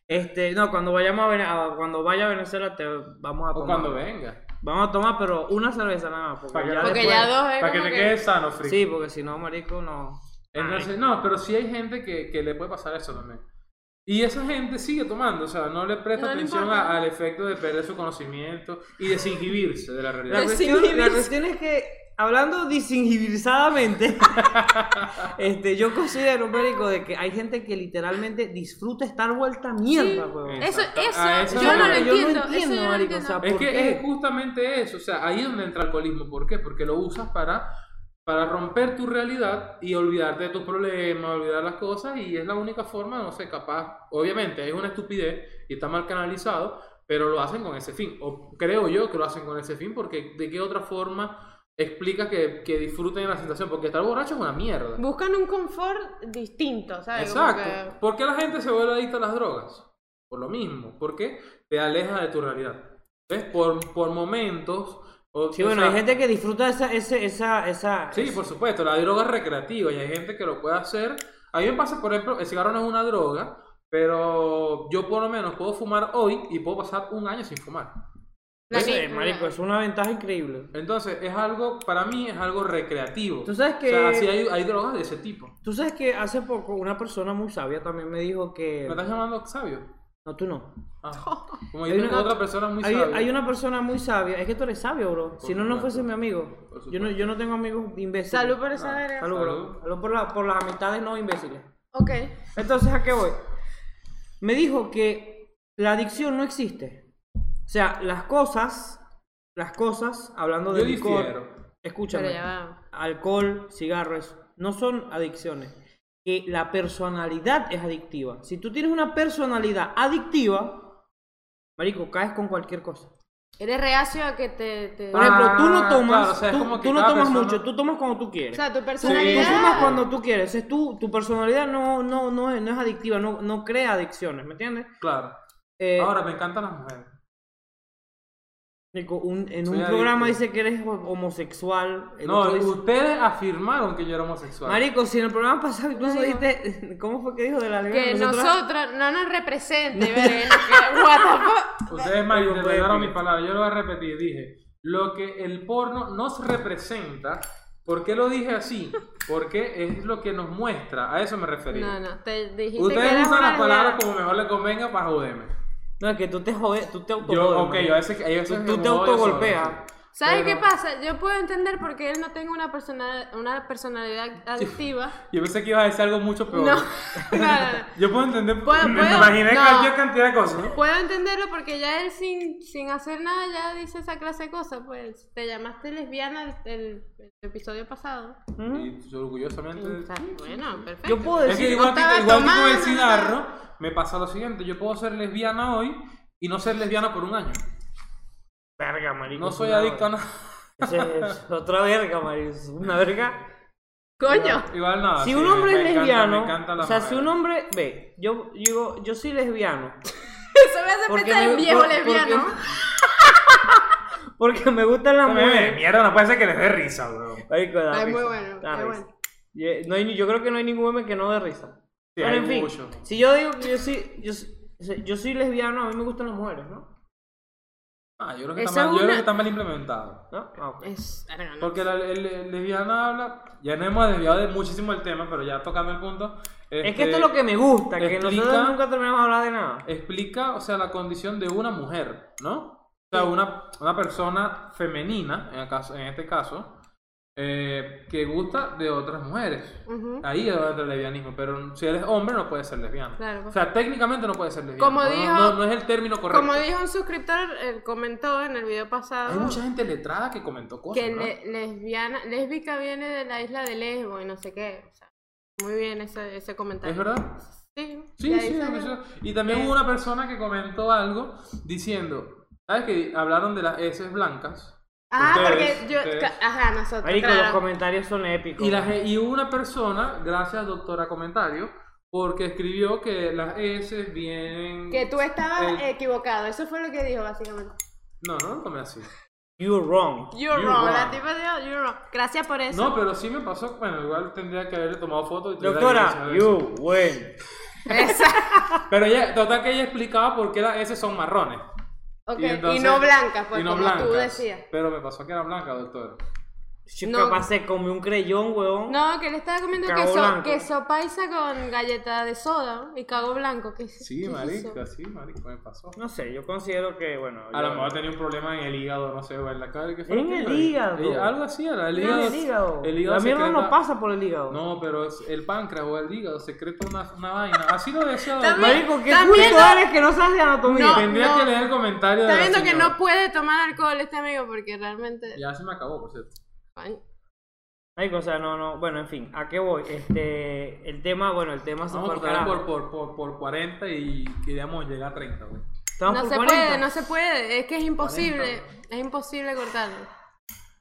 Speaker 3: Este, no, cuando vayamos a, Vene- a- cuando vaya a Venezuela te vamos a
Speaker 2: O
Speaker 3: tomar.
Speaker 2: cuando venga.
Speaker 3: Vamos a tomar, pero una cerveza nada más. Porque
Speaker 2: Para que,
Speaker 3: ya
Speaker 1: Porque
Speaker 3: después-
Speaker 1: ya dos es
Speaker 2: para que
Speaker 1: como
Speaker 2: te
Speaker 1: que-
Speaker 2: quedes sano, Friki.
Speaker 3: Sí, pues, porque si no, marico, no.
Speaker 2: Entonces, no, pero sí hay gente que, que le puede pasar eso también. Y esa gente sigue tomando, o sea, no le presta
Speaker 1: No le
Speaker 2: atención
Speaker 1: importa.
Speaker 2: a- al efecto de perder su conocimiento y desinhibirse de la
Speaker 3: La
Speaker 2: realidad.
Speaker 1: Pues-
Speaker 3: cuestión, la
Speaker 1: Desinhibirse.
Speaker 3: cuestión es que hablando disinhibizadamente, (laughs) este, yo considero, Mérico, de que hay gente que literalmente disfruta estar vuelta a mierda,
Speaker 1: Sí.
Speaker 3: huevón.
Speaker 1: Eso,
Speaker 2: Exacto.
Speaker 1: eso,
Speaker 2: Ah, eso
Speaker 1: yo
Speaker 2: es
Speaker 1: no lo
Speaker 2: verdad.
Speaker 1: entiendo.
Speaker 3: Yo no
Speaker 1: eso
Speaker 3: entiendo,
Speaker 1: yo no
Speaker 3: marico, o
Speaker 1: entiendo.
Speaker 3: sea,
Speaker 2: Es
Speaker 3: ¿Por
Speaker 2: que
Speaker 3: qué?
Speaker 2: es justamente eso, o sea, ahí es donde entra el alcoholismo. ¿Por qué? Porque lo usas para, para romper tu realidad y olvidarte de tus problemas, olvidar las cosas, y es la única forma, no sé, capaz. Obviamente, es una estupidez y está mal canalizado, pero lo hacen con ese fin. O creo yo que lo hacen con ese fin, porque ¿de qué otra forma explicas que, que disfruten la sensación? Porque estar borracho es una mierda.
Speaker 1: Buscan un confort distinto, ¿sabes? Como
Speaker 2: Exacto. ¿Por qué la gente se vuelve adicta a las drogas? Por lo mismo, porque te aleja de tu realidad. ¿Ves? Por, por momentos. o-
Speaker 3: Sí,
Speaker 2: o
Speaker 3: bueno,
Speaker 2: sea,
Speaker 3: hay gente que disfruta esa, ese, esa, esa.
Speaker 2: Sí, por supuesto, la droga es recreativa y hay gente que lo puede hacer. A mí me pasa, por ejemplo, el cigarro no es una droga, pero yo por lo menos puedo fumar hoy y puedo pasar un año sin fumar.
Speaker 1: que-
Speaker 3: Eso
Speaker 1: la-
Speaker 3: es, marico, es una ventaja increíble.
Speaker 2: Entonces, es algo, para mí es algo recreativo.
Speaker 3: Tú sabes que-
Speaker 2: O sea, sí hay, hay drogas de ese tipo.
Speaker 3: Tú sabes que hace poco una persona muy sabia también me dijo
Speaker 2: ¿Me
Speaker 3: que.
Speaker 2: estás llamando sabio?
Speaker 3: No, tú no.
Speaker 1: (laughs)
Speaker 2: Ah, como
Speaker 3: Hay
Speaker 2: yo tengo
Speaker 3: una-
Speaker 2: otra persona muy
Speaker 3: Hay,
Speaker 2: sabia.
Speaker 3: hay una persona muy sabia. Es que tú eres sabio, bro. Si no, no
Speaker 2: supuesto.
Speaker 3: fuese mi amigo.
Speaker 2: Por Ah,
Speaker 3: Yo no, yo no tengo amigos imbéciles.
Speaker 1: Salud por esa verga.
Speaker 3: Salud, bro.
Speaker 2: Salud.
Speaker 3: Salud por, la- por las amistades no imbéciles.
Speaker 1: Ok.
Speaker 3: Entonces, ¿a qué voy? Me dijo que la adicción no existe. O sea, las cosas, las cosas, hablando de
Speaker 2: Yo
Speaker 3: licor,
Speaker 2: difiero.
Speaker 3: escúchame,
Speaker 1: Pero ya va.
Speaker 3: alcohol, cigarros, no son adicciones. Que la personalidad es adictiva. Si tú tienes una personalidad adictiva, marico, caes con cualquier cosa.
Speaker 1: Eres reacio a que te. te-
Speaker 3: Por ejemplo, tú no
Speaker 2: Ah,
Speaker 3: tomas,
Speaker 2: claro, o sea, es
Speaker 3: tú,
Speaker 2: como que
Speaker 3: tú no
Speaker 2: cada
Speaker 3: tomas
Speaker 2: persona-
Speaker 3: mucho, tú tomas cuando tú
Speaker 1: o
Speaker 3: quieres.
Speaker 1: sea, tu
Speaker 3: Tú
Speaker 1: personalidad.
Speaker 3: fumas cuando tú quieres. Es tu, tu personalidad no, no, no, es, no es adictiva, no, no crea adicciones, ¿me entiendes?
Speaker 2: Claro.
Speaker 3: Eh,
Speaker 2: Ahora, me encantan las mujeres.
Speaker 3: Nico, un- en
Speaker 2: Soy
Speaker 3: un
Speaker 2: adicto.
Speaker 3: programa dice que eres ho- homosexual. el
Speaker 2: No,
Speaker 3: otro dice-
Speaker 2: ustedes afirmaron que yo era homosexual.
Speaker 3: Marico, si en el programa pasado incluso
Speaker 1: Marico.
Speaker 3: dijiste. (laughs) ¿Cómo fue que dijo de la lesbiana?
Speaker 1: que
Speaker 3: Nosotras-
Speaker 1: nosotros no nos
Speaker 2: (laughs)
Speaker 1: represente, ¿vale? Que- What the fuck?
Speaker 2: Ustedes malinterpretaron mi palabra. Yo lo voy a repetir. Dije, lo que el porno nos representa, ¿por qué lo dije así? Porque es lo que nos muestra. A eso me
Speaker 1: No,
Speaker 2: refería.
Speaker 1: no, te dijiste que
Speaker 2: Ustedes
Speaker 1: eras
Speaker 2: usan
Speaker 1: una
Speaker 2: las palabras
Speaker 1: lesbiana.
Speaker 2: como mejor les convenga para joderme.
Speaker 3: No, es que tú te jodes, tú te auto
Speaker 2: Yo, ok, yo a veces, a veces
Speaker 3: Tú-
Speaker 2: me
Speaker 3: tú te
Speaker 2: jodo yo solo,
Speaker 3: autogolpeas.
Speaker 2: sí.
Speaker 1: ¿Sabes
Speaker 2: Pero-
Speaker 1: qué pasa? Yo puedo entender por qué él no tenga una, persona- una personalidad
Speaker 2: (laughs)
Speaker 1: adictiva.
Speaker 2: Yo pensé que ibas a decir algo mucho
Speaker 1: No,
Speaker 2: peor.
Speaker 1: no, (laughs) no, no.
Speaker 2: Yo puedo entender.
Speaker 1: Puedo-
Speaker 2: me
Speaker 1: puedo-
Speaker 2: imaginé
Speaker 1: no.
Speaker 2: cualquier cantidad de cosas. ¿no?
Speaker 1: Puedo entenderlo porque ya él sin, sin hacer nada ya dice esa clase de cosas. Pues te llamaste lesbiana el, el- el episodio pasado.
Speaker 3: ¿Mm?
Speaker 2: Y yo orgullosamente.
Speaker 1: O sea, bueno, perfecto.
Speaker 3: Yo puedo
Speaker 2: Es
Speaker 3: decir.
Speaker 2: que igual,
Speaker 1: no
Speaker 2: que,
Speaker 1: estaba
Speaker 2: igual que con el
Speaker 1: tomando,
Speaker 2: cigarro, me pasa lo siguiente: yo puedo ser lesbiana hoy y no ser lesbiana por un año.
Speaker 3: Verga, marico.
Speaker 2: No soy
Speaker 3: es una-
Speaker 2: adicto a nada.
Speaker 3: Esa es otra verga, marico. es Una verga.
Speaker 1: Coño.
Speaker 2: (laughs) Igual nada.
Speaker 3: si
Speaker 2: Ah, sí,
Speaker 3: un
Speaker 2: me-
Speaker 3: hombre
Speaker 2: me
Speaker 3: es
Speaker 2: encanta-
Speaker 3: lesbiano,
Speaker 2: me encanta la
Speaker 3: o sea,
Speaker 2: madre.
Speaker 3: si un hombre, ve, yo yo digo, yo soy lesbiano.
Speaker 1: (laughs) Eso me hace
Speaker 3: Porque
Speaker 1: pensar
Speaker 3: me-
Speaker 1: en viejo
Speaker 3: por-
Speaker 1: lesbiano.
Speaker 3: (laughs) Porque me gustan las
Speaker 2: Este meme de
Speaker 3: mujeres.
Speaker 2: mierda, no puede ser que les dé risa, bro.
Speaker 3: Marico, da
Speaker 1: Ay, muy
Speaker 3: risa,
Speaker 1: bueno,
Speaker 3: da
Speaker 1: muy
Speaker 3: risa.
Speaker 1: bueno.
Speaker 3: Y, eh, no hay ni- yo creo que no hay ningún meme que no dé risa.
Speaker 2: Sí,
Speaker 3: Pero
Speaker 2: hay
Speaker 3: en fin,
Speaker 2: mucho.
Speaker 3: si yo digo que yo soy, yo, soy- yo soy lesbiano, a mí me gustan las mujeres, ¿no?
Speaker 2: Ah, yo creo que
Speaker 1: Eso
Speaker 2: está mal,
Speaker 1: es
Speaker 2: yo creo
Speaker 1: una-
Speaker 2: que está mal implementado.
Speaker 3: ¿No? Ah, ok.
Speaker 1: Es, I don't know.
Speaker 2: Porque la, el, el lesbiana habla. Ya no hemos desviado de muchísimo el tema, pero ya tocando el punto.
Speaker 3: es que esto es lo que me gusta, que
Speaker 2: Este explica-
Speaker 3: nosotros nunca terminamos de hablar de nada.
Speaker 2: explica, o sea, la condición de una mujer, ¿no? O sea, una, una persona femenina, en, el caso- en este caso, eh, que gusta de otras mujeres.
Speaker 1: Ujú.
Speaker 3: Ah,
Speaker 2: Ahí es donde entra el lesbianismo, pero si eres hombre no puedes ser lesbiana.
Speaker 1: Claro.
Speaker 2: O sea, técnicamente no puedes ser lesbiana.
Speaker 1: Como
Speaker 2: no, no-
Speaker 1: dijo-
Speaker 2: no, no es el término correcto.
Speaker 1: Como dijo un suscriptor, él comentó en el video pasado
Speaker 2: Hay mucha gente letrada que comentó cosas.
Speaker 1: que
Speaker 2: ¿no?
Speaker 1: le- lesbiana, lésbica viene de la isla de Lesbo y no sé qué. O sea, muy bien ese, ese comentario.
Speaker 2: ¿Es verdad?
Speaker 1: Sí,
Speaker 2: Sí,
Speaker 1: ya
Speaker 2: sí,
Speaker 1: dice- Eh.
Speaker 2: eso. y también hubo una persona que comentó algo diciendo, ¿sabes que hablaron de las S blancas?
Speaker 1: Ah,
Speaker 2: Ustedes,
Speaker 1: porque yo.
Speaker 2: ustedes.
Speaker 1: ca- Ajá, nosotros.
Speaker 3: Marico,
Speaker 1: claro.
Speaker 3: los comentarios son épicos.
Speaker 2: Y, la ge- y hubo una persona, gracias doctora comentario, porque escribió que las S vienen...
Speaker 1: Que tú estabas
Speaker 2: El-
Speaker 1: equivocado. Eso fue lo que dijo, básicamente.
Speaker 2: No, no lo tomé así.
Speaker 3: You're wrong.
Speaker 1: You're,
Speaker 2: You're
Speaker 1: wrong.
Speaker 2: wrong.
Speaker 1: La tipa dijo, you're wrong. Gracias por eso. (laughs)
Speaker 2: No, pero sí me pasó, bueno, igual tendría que haberle tomado foto y tuviera evidencia
Speaker 3: Doctora,
Speaker 2: de eso.
Speaker 3: you win.
Speaker 1: Esa-
Speaker 2: Pero ella, total que ella explicaba por qué las S son marrones.
Speaker 1: (laughs) Ok, Y,
Speaker 2: entonces-
Speaker 1: no blancas, pues
Speaker 2: y no
Speaker 1: como tú
Speaker 2: blancas.
Speaker 1: decías.
Speaker 2: Pero me pasó que era blanca, doctora.
Speaker 3: Si
Speaker 1: No.
Speaker 3: Capaz se comió un creyón, weón.
Speaker 1: No, que le estaba comiendo
Speaker 3: Cago
Speaker 1: queso,
Speaker 3: blanco.
Speaker 1: queso paisa con galleta de soda y cago blanco. ¿Qué, es- qué
Speaker 2: Sí,
Speaker 1: es
Speaker 2: marico,
Speaker 1: eso?
Speaker 2: sí, marico, me pasó.
Speaker 3: No sé, yo considero que, bueno.
Speaker 2: A
Speaker 3: yo-
Speaker 2: lo mejor tenía un problema en el hígado, no sé, o en la cara. ¿qué fue lo
Speaker 3: En
Speaker 2: que
Speaker 3: el
Speaker 2: era?
Speaker 3: hígado.
Speaker 2: Eh, Algo así era, el
Speaker 3: En
Speaker 2: hígado.
Speaker 3: el hígado.
Speaker 2: el hígado
Speaker 3: la mierda
Speaker 2: secreta-
Speaker 3: no pasa por el hígado.
Speaker 2: No, pero es el páncreas o el hígado secreta una, una vaina. Así lo decía. la
Speaker 1: También-
Speaker 3: Marico, ¿qué
Speaker 1: ¿Estás
Speaker 3: puto
Speaker 1: viendo?
Speaker 3: eres que no sabes de anatomía?
Speaker 1: No.
Speaker 2: Tendría que leer el comentario
Speaker 1: Está
Speaker 2: de la
Speaker 1: viendo que
Speaker 2: señora.
Speaker 1: no puede tomar alcohol este amigo porque realmente.
Speaker 2: Ya se me acabó, por cierto.
Speaker 1: Coño.
Speaker 3: Marico, o sea, no, no. Bueno, en fin, ¿a qué voy? Este, el tema, bueno, el tema se
Speaker 2: Vamos a
Speaker 3: fue
Speaker 2: cortar
Speaker 3: al carajo.
Speaker 2: por, por, por, por 40 y queríamos llegar a 30, güey.
Speaker 3: Estamos
Speaker 1: No
Speaker 3: por
Speaker 1: se
Speaker 3: 40.
Speaker 1: puede, no se puede. Es que es imposible.
Speaker 2: 40,
Speaker 1: Es imposible cortarlo.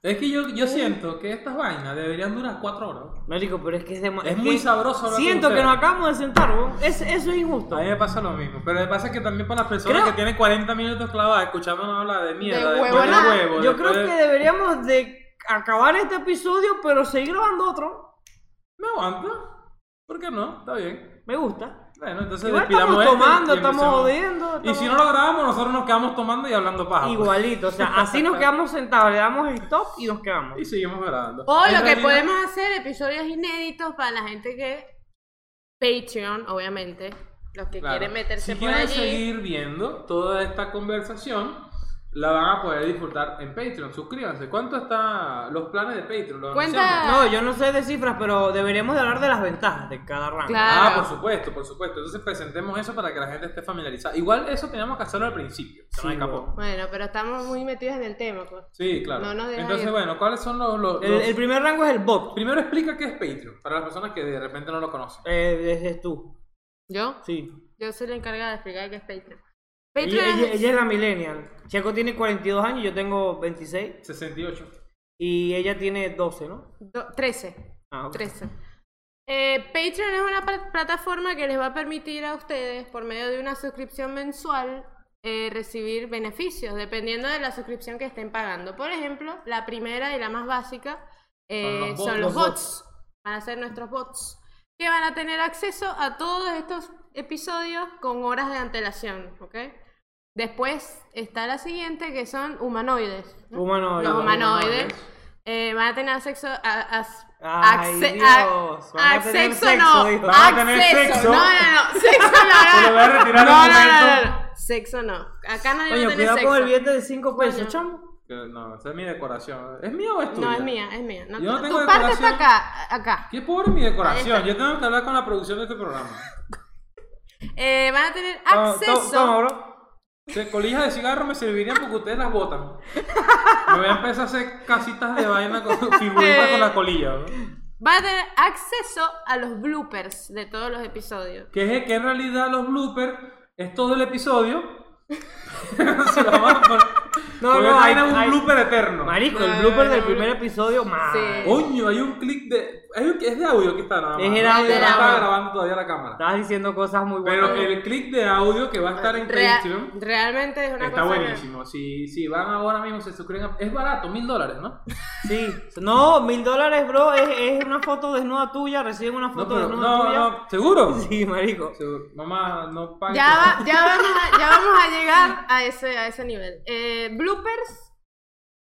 Speaker 2: Es que yo, yo siento que estas vainas deberían durar 4 horas.
Speaker 3: Marico, pero es que es demasiado.
Speaker 2: Es muy sabroso hablar con
Speaker 3: Siento que
Speaker 2: ustedes. Eh,
Speaker 3: nos acabamos de sentar, weón. Es- eso es injusto.
Speaker 2: A mí me pasa lo mismo, pero me pasa que también para las personas
Speaker 3: Creo-
Speaker 2: que tienen 40 minutos clavadas escuchándonos hablar de mierda,
Speaker 1: De
Speaker 2: después de
Speaker 1: huevonada.
Speaker 2: huevo,
Speaker 3: Yo
Speaker 2: después
Speaker 3: creo
Speaker 2: de-
Speaker 3: que deberíamos de acabar este episodio, pero seguir grabando otro.
Speaker 2: Me aguanto. ¿Por qué no? Está bien.
Speaker 3: Me gusta.
Speaker 2: Bueno, entonces
Speaker 3: Igual
Speaker 2: despidamos
Speaker 3: estamos
Speaker 2: este
Speaker 3: tomando,
Speaker 2: y
Speaker 3: estamos
Speaker 2: empecemos.
Speaker 3: jodiendo.
Speaker 2: Y si
Speaker 3: estamos-
Speaker 2: no lo grabamos, nosotros nos quedamos tomando y hablando paja. pues.
Speaker 3: Igualito, o sea,
Speaker 2: (laughs)
Speaker 3: así nos quedamos sentados, le damos stop y nos quedamos.
Speaker 2: Y seguimos grabando.
Speaker 1: O
Speaker 2: En
Speaker 1: lo que
Speaker 2: realidad,
Speaker 1: podemos hacer, episodios inéditos para la gente que. Patreon, obviamente. Los que
Speaker 2: claro,
Speaker 1: quieren meterse
Speaker 2: si
Speaker 1: por
Speaker 2: quieren
Speaker 1: allí.
Speaker 2: seguir viendo toda esta conversación, la van a poder disfrutar en Patreon. Suscríbanse. ¿Cuánto están los planes de Patreon? ¿Lo
Speaker 1: Cuenta-
Speaker 2: anunciamos?
Speaker 3: No, yo no sé de cifras, pero deberíamos de hablar de las ventajas de cada rango.
Speaker 1: Claro.
Speaker 2: Ah, por supuesto, por supuesto. Entonces presentemos eso para que la gente esté familiarizada. Igual eso teníamos que hacerlo al principio. Se me
Speaker 3: Sí,
Speaker 2: escapó.
Speaker 3: bueno.
Speaker 1: Bueno, pero estamos muy metidos en el tema, pues.
Speaker 2: Sí, claro.
Speaker 1: No nos deja
Speaker 2: Entonces,
Speaker 1: ir.
Speaker 2: bueno, ¿cuáles son los... los-
Speaker 3: El,
Speaker 2: los-
Speaker 3: el primer rango es el bot.
Speaker 2: Primero explica qué es Patreon, para las personas que de repente no lo conocen.
Speaker 3: Eh, ese es tú.
Speaker 1: ¿Yo?
Speaker 3: Sí.
Speaker 1: Yo soy la encargada de explicar qué es Patreon.
Speaker 3: Ella,
Speaker 1: Patreon.
Speaker 3: ella- ella es la millennial. Checo tiene 42 años, yo tengo 26.
Speaker 2: 68.
Speaker 3: Y ella tiene 12, ¿no?
Speaker 1: do- 13.
Speaker 3: Ah, ok.
Speaker 1: 13. Eh, Patreon es una pla- plataforma que les va a permitir a ustedes, por medio de una suscripción mensual, eh, recibir beneficios, dependiendo de la suscripción que estén pagando. Por ejemplo, la primera y la más básica eh,
Speaker 2: Son los bots,
Speaker 1: son los
Speaker 3: los
Speaker 1: bots. Van a ser nuestros bots, que van a tener acceso a todos estos episodios con horas de antelación, ¿ok? Después está la siguiente, que son humanoides. ¿no?
Speaker 3: Humanoides.
Speaker 1: Los humanoides.
Speaker 2: humanoides.
Speaker 1: eh, van a tener sexo a- as-
Speaker 3: Ay,
Speaker 1: acce-
Speaker 3: Dios, van
Speaker 1: ac-
Speaker 3: a tener
Speaker 1: sexo
Speaker 3: sexo,
Speaker 1: no,
Speaker 3: dijo.
Speaker 2: Van a tener
Speaker 1: acceso.
Speaker 2: sexo.
Speaker 1: No, no, no, sexo no.
Speaker 2: Se
Speaker 1: no.
Speaker 2: lo voy a
Speaker 1: no,
Speaker 2: retirar en un
Speaker 1: no, no,
Speaker 2: momento.
Speaker 1: no, no. Sexo no. Acá nadie
Speaker 3: Coño,
Speaker 1: va a tener
Speaker 3: cuidado
Speaker 1: sexo.
Speaker 3: con el billete de 5 pesos,
Speaker 1: Coño.
Speaker 3: chamo.
Speaker 2: Que- No, esa es mi decoración. ¿Es mía o es tuya?
Speaker 1: no, es mía, es mía. No,
Speaker 2: Yo no
Speaker 1: tu-
Speaker 2: tengo
Speaker 1: tu parte está
Speaker 2: decoración.
Speaker 1: acá, acá.
Speaker 2: Qué pobre mi decoración.
Speaker 1: Ahí
Speaker 2: Yo tengo que hablar con la producción de este programa.
Speaker 1: Eh, van a tener
Speaker 3: Toma, to-
Speaker 1: acceso.
Speaker 3: Toma, bro.
Speaker 2: Se- colillas de cigarro me servirían porque ustedes las botan. Me voy a empezar a hacer casitas de vaina
Speaker 3: (laughs)
Speaker 2: con figuritas con la colilla. ¿no?
Speaker 1: van a tener acceso a los bloopers de todos los episodios.
Speaker 2: Que es que en realidad los bloopers es todo el episodio. (laughs) Se lo van a poner.
Speaker 3: No,
Speaker 2: Porque
Speaker 3: no,
Speaker 2: esa
Speaker 3: hay-
Speaker 2: vaina es un
Speaker 3: hay-
Speaker 2: blooper eterno.
Speaker 3: Marico,
Speaker 1: No,
Speaker 3: el blooper del
Speaker 1: no,
Speaker 3: primer
Speaker 1: no.
Speaker 3: episodio, más.
Speaker 1: Sí.
Speaker 2: Coño, hay un clic de. hay un- es de audio que está nada más.
Speaker 3: Es el
Speaker 2: ¿no?
Speaker 3: audio,
Speaker 2: No
Speaker 1: el
Speaker 2: está
Speaker 1: audio.
Speaker 2: grabando todavía la cámara.
Speaker 3: Estabas diciendo cosas muy buenas.
Speaker 2: Pero el clic de audio que va a estar en
Speaker 1: Rea-
Speaker 2: Patreon
Speaker 1: realmente es una
Speaker 2: está
Speaker 1: cosa. que-
Speaker 2: buenísimo. Si, si van ahora mismo, se suscriben. a- Es barato, mil dólares, ¿no?
Speaker 3: Sí. No, mil dólares, bro. Es, es una foto desnuda tuya. Reciben una
Speaker 2: No,
Speaker 3: foto
Speaker 2: pero,
Speaker 3: desnuda
Speaker 2: no,
Speaker 3: tuya.
Speaker 2: no, ¿seguro?
Speaker 3: (laughs) Sí, marico.
Speaker 2: Seguro. Mamá, no pagues.
Speaker 1: Ya, va- ya, vamos a,
Speaker 2: (laughs)
Speaker 1: ya vamos a llegar a ese, a ese nivel. Eh, bloopers.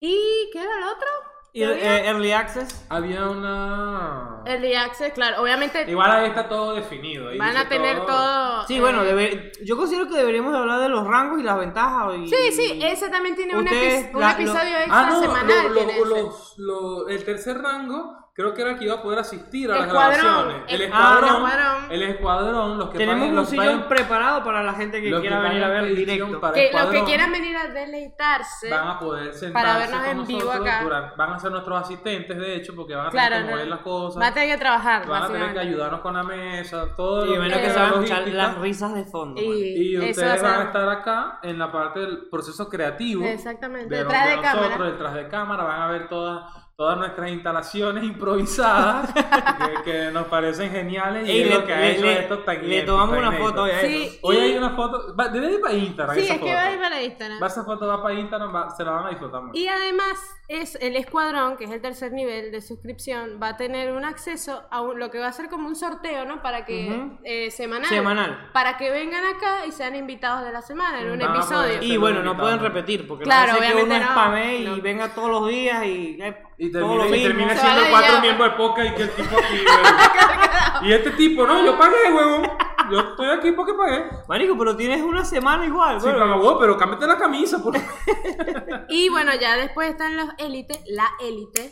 Speaker 1: ¿Y qué era el otro?
Speaker 3: Y, eh, early access.
Speaker 2: Había una.
Speaker 1: Early access, claro. Obviamente
Speaker 2: Igual ahí está todo definido. ahí
Speaker 1: van a
Speaker 2: dice
Speaker 1: tener todo.
Speaker 3: Sí,
Speaker 1: eh,
Speaker 3: bueno, debe- yo considero que deberíamos de hablar de los rangos y las ventajas. y-
Speaker 1: Sí, sí, ese también tiene un,
Speaker 3: Ustedes,
Speaker 1: epi- un
Speaker 3: la- lo-
Speaker 1: episodio extra
Speaker 2: Ah, no,
Speaker 1: semanal.
Speaker 2: lo-
Speaker 1: tiene
Speaker 2: lo-
Speaker 1: ese.
Speaker 2: los- lo- el tercer rango creo que era que iba a poder asistir a las
Speaker 1: Escuadrón,
Speaker 2: grabaciones. El
Speaker 1: el-
Speaker 2: escuadrón,
Speaker 1: ah,
Speaker 2: el escuadrón, los que
Speaker 3: Tenemos
Speaker 2: paguen-
Speaker 3: un
Speaker 2: los que
Speaker 3: sillón
Speaker 2: paguen-
Speaker 3: preparado para la gente que
Speaker 2: los que
Speaker 3: quiera venir a
Speaker 2: paguen
Speaker 3: ver el
Speaker 2: Patreon
Speaker 3: directo.
Speaker 2: para
Speaker 1: que los que
Speaker 2: escuadrón
Speaker 1: quieran venir a deleitarse.
Speaker 2: van a poder sentarse
Speaker 1: para vernos
Speaker 2: con
Speaker 1: en vivo
Speaker 2: nosotros
Speaker 1: acá.
Speaker 2: durante- van a ser nuestros asistentes de hecho porque van a tener
Speaker 1: Claro,
Speaker 2: que mover
Speaker 1: no.
Speaker 2: las cosas
Speaker 1: Va a tener que trabajar,
Speaker 2: van a tener que
Speaker 1: básicamente.
Speaker 2: ayudarnos con la mesa todo
Speaker 3: Y
Speaker 2: lo
Speaker 3: menos que
Speaker 2: sea
Speaker 3: se van a
Speaker 2: logística.
Speaker 3: escuchar las risas de fondo. marico.
Speaker 1: Y,
Speaker 2: y
Speaker 1: eso
Speaker 2: ustedes
Speaker 1: va a
Speaker 2: van a
Speaker 1: ser-
Speaker 2: estar acá en la parte del proceso creativo
Speaker 1: Exactamente,
Speaker 2: de,
Speaker 1: detrás de
Speaker 2: nosotros,
Speaker 1: cámara.
Speaker 2: detrás de cámara, van a ver todas, todas nuestras instalaciones (laughs) improvisadas que, que nos parecen geniales y
Speaker 3: Ey,
Speaker 2: es
Speaker 3: le-
Speaker 2: lo que ha
Speaker 3: le-
Speaker 2: hecho
Speaker 3: le-
Speaker 2: esto tan
Speaker 3: le
Speaker 2: inédito,
Speaker 3: tomamos
Speaker 2: tan
Speaker 3: una
Speaker 2: inédito.
Speaker 3: foto hoy a
Speaker 1: Sí.
Speaker 3: eso.
Speaker 2: Hoy
Speaker 1: Y-
Speaker 2: hay una foto, va- debe ir para Instagram
Speaker 1: Sí,
Speaker 2: esa
Speaker 1: es
Speaker 2: foto.
Speaker 1: que va a ir para Instagram.
Speaker 2: Va esa foto va para Instagram, va- se la van a disfrutar mucho.
Speaker 1: Y además es el escuadrón, que es el tercer nivel de suscripción, va a tener un acceso a un- lo que va a ser como un sorteo, ¿no? Para que
Speaker 3: Ujú.
Speaker 1: eh, semanal,
Speaker 3: Semanal.
Speaker 1: Para que vengan acá y sean invitados de la semana en un
Speaker 2: Van a poder
Speaker 1: episodio.
Speaker 2: ser
Speaker 3: Y bueno, no
Speaker 2: invitados.
Speaker 3: pueden repetir porque
Speaker 1: Claro,
Speaker 3: no hace que uno
Speaker 1: obviamente no.
Speaker 3: espame y
Speaker 1: No.
Speaker 3: venga todos los días y eh,
Speaker 2: Y
Speaker 3: Todo
Speaker 2: termina,
Speaker 3: lo
Speaker 2: y
Speaker 3: mismo.
Speaker 2: termina
Speaker 1: Se
Speaker 2: siendo
Speaker 1: van a
Speaker 2: cuatro
Speaker 1: llamar.
Speaker 2: miembros de poca y que el
Speaker 1: (laughs)
Speaker 2: tipo aquí, huevón. Y este tipo, no, yo pagué, huevón. Yo estoy aquí porque pagué.
Speaker 3: Marico, pero tienes una semana igual,
Speaker 2: Sí,
Speaker 3: güey.
Speaker 1: pues.
Speaker 2: mamá, huevo, pero cámbiate la camisa, por favor.
Speaker 1: (laughs) Y bueno, ya después están los élites, la élite,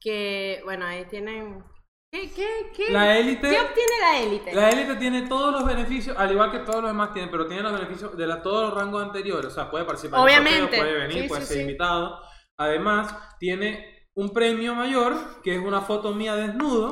Speaker 1: que bueno, ahí tienen... ¿Qué, qué, qué?
Speaker 2: La élite-
Speaker 1: ¿Qué obtiene la élite?
Speaker 2: La élite tiene todos los beneficios, al igual que todos los demás tienen, pero tiene los beneficios de la- todos los rangos anteriores. O sea, puede participar en el
Speaker 1: Obviamente.
Speaker 2: sorteo, puede venir,
Speaker 1: Sí,
Speaker 2: puede
Speaker 1: sí,
Speaker 2: ser
Speaker 1: sí.
Speaker 2: invitado. Además, tiene un premio mayor, que es una foto mía
Speaker 1: (laughs)
Speaker 2: desnudo.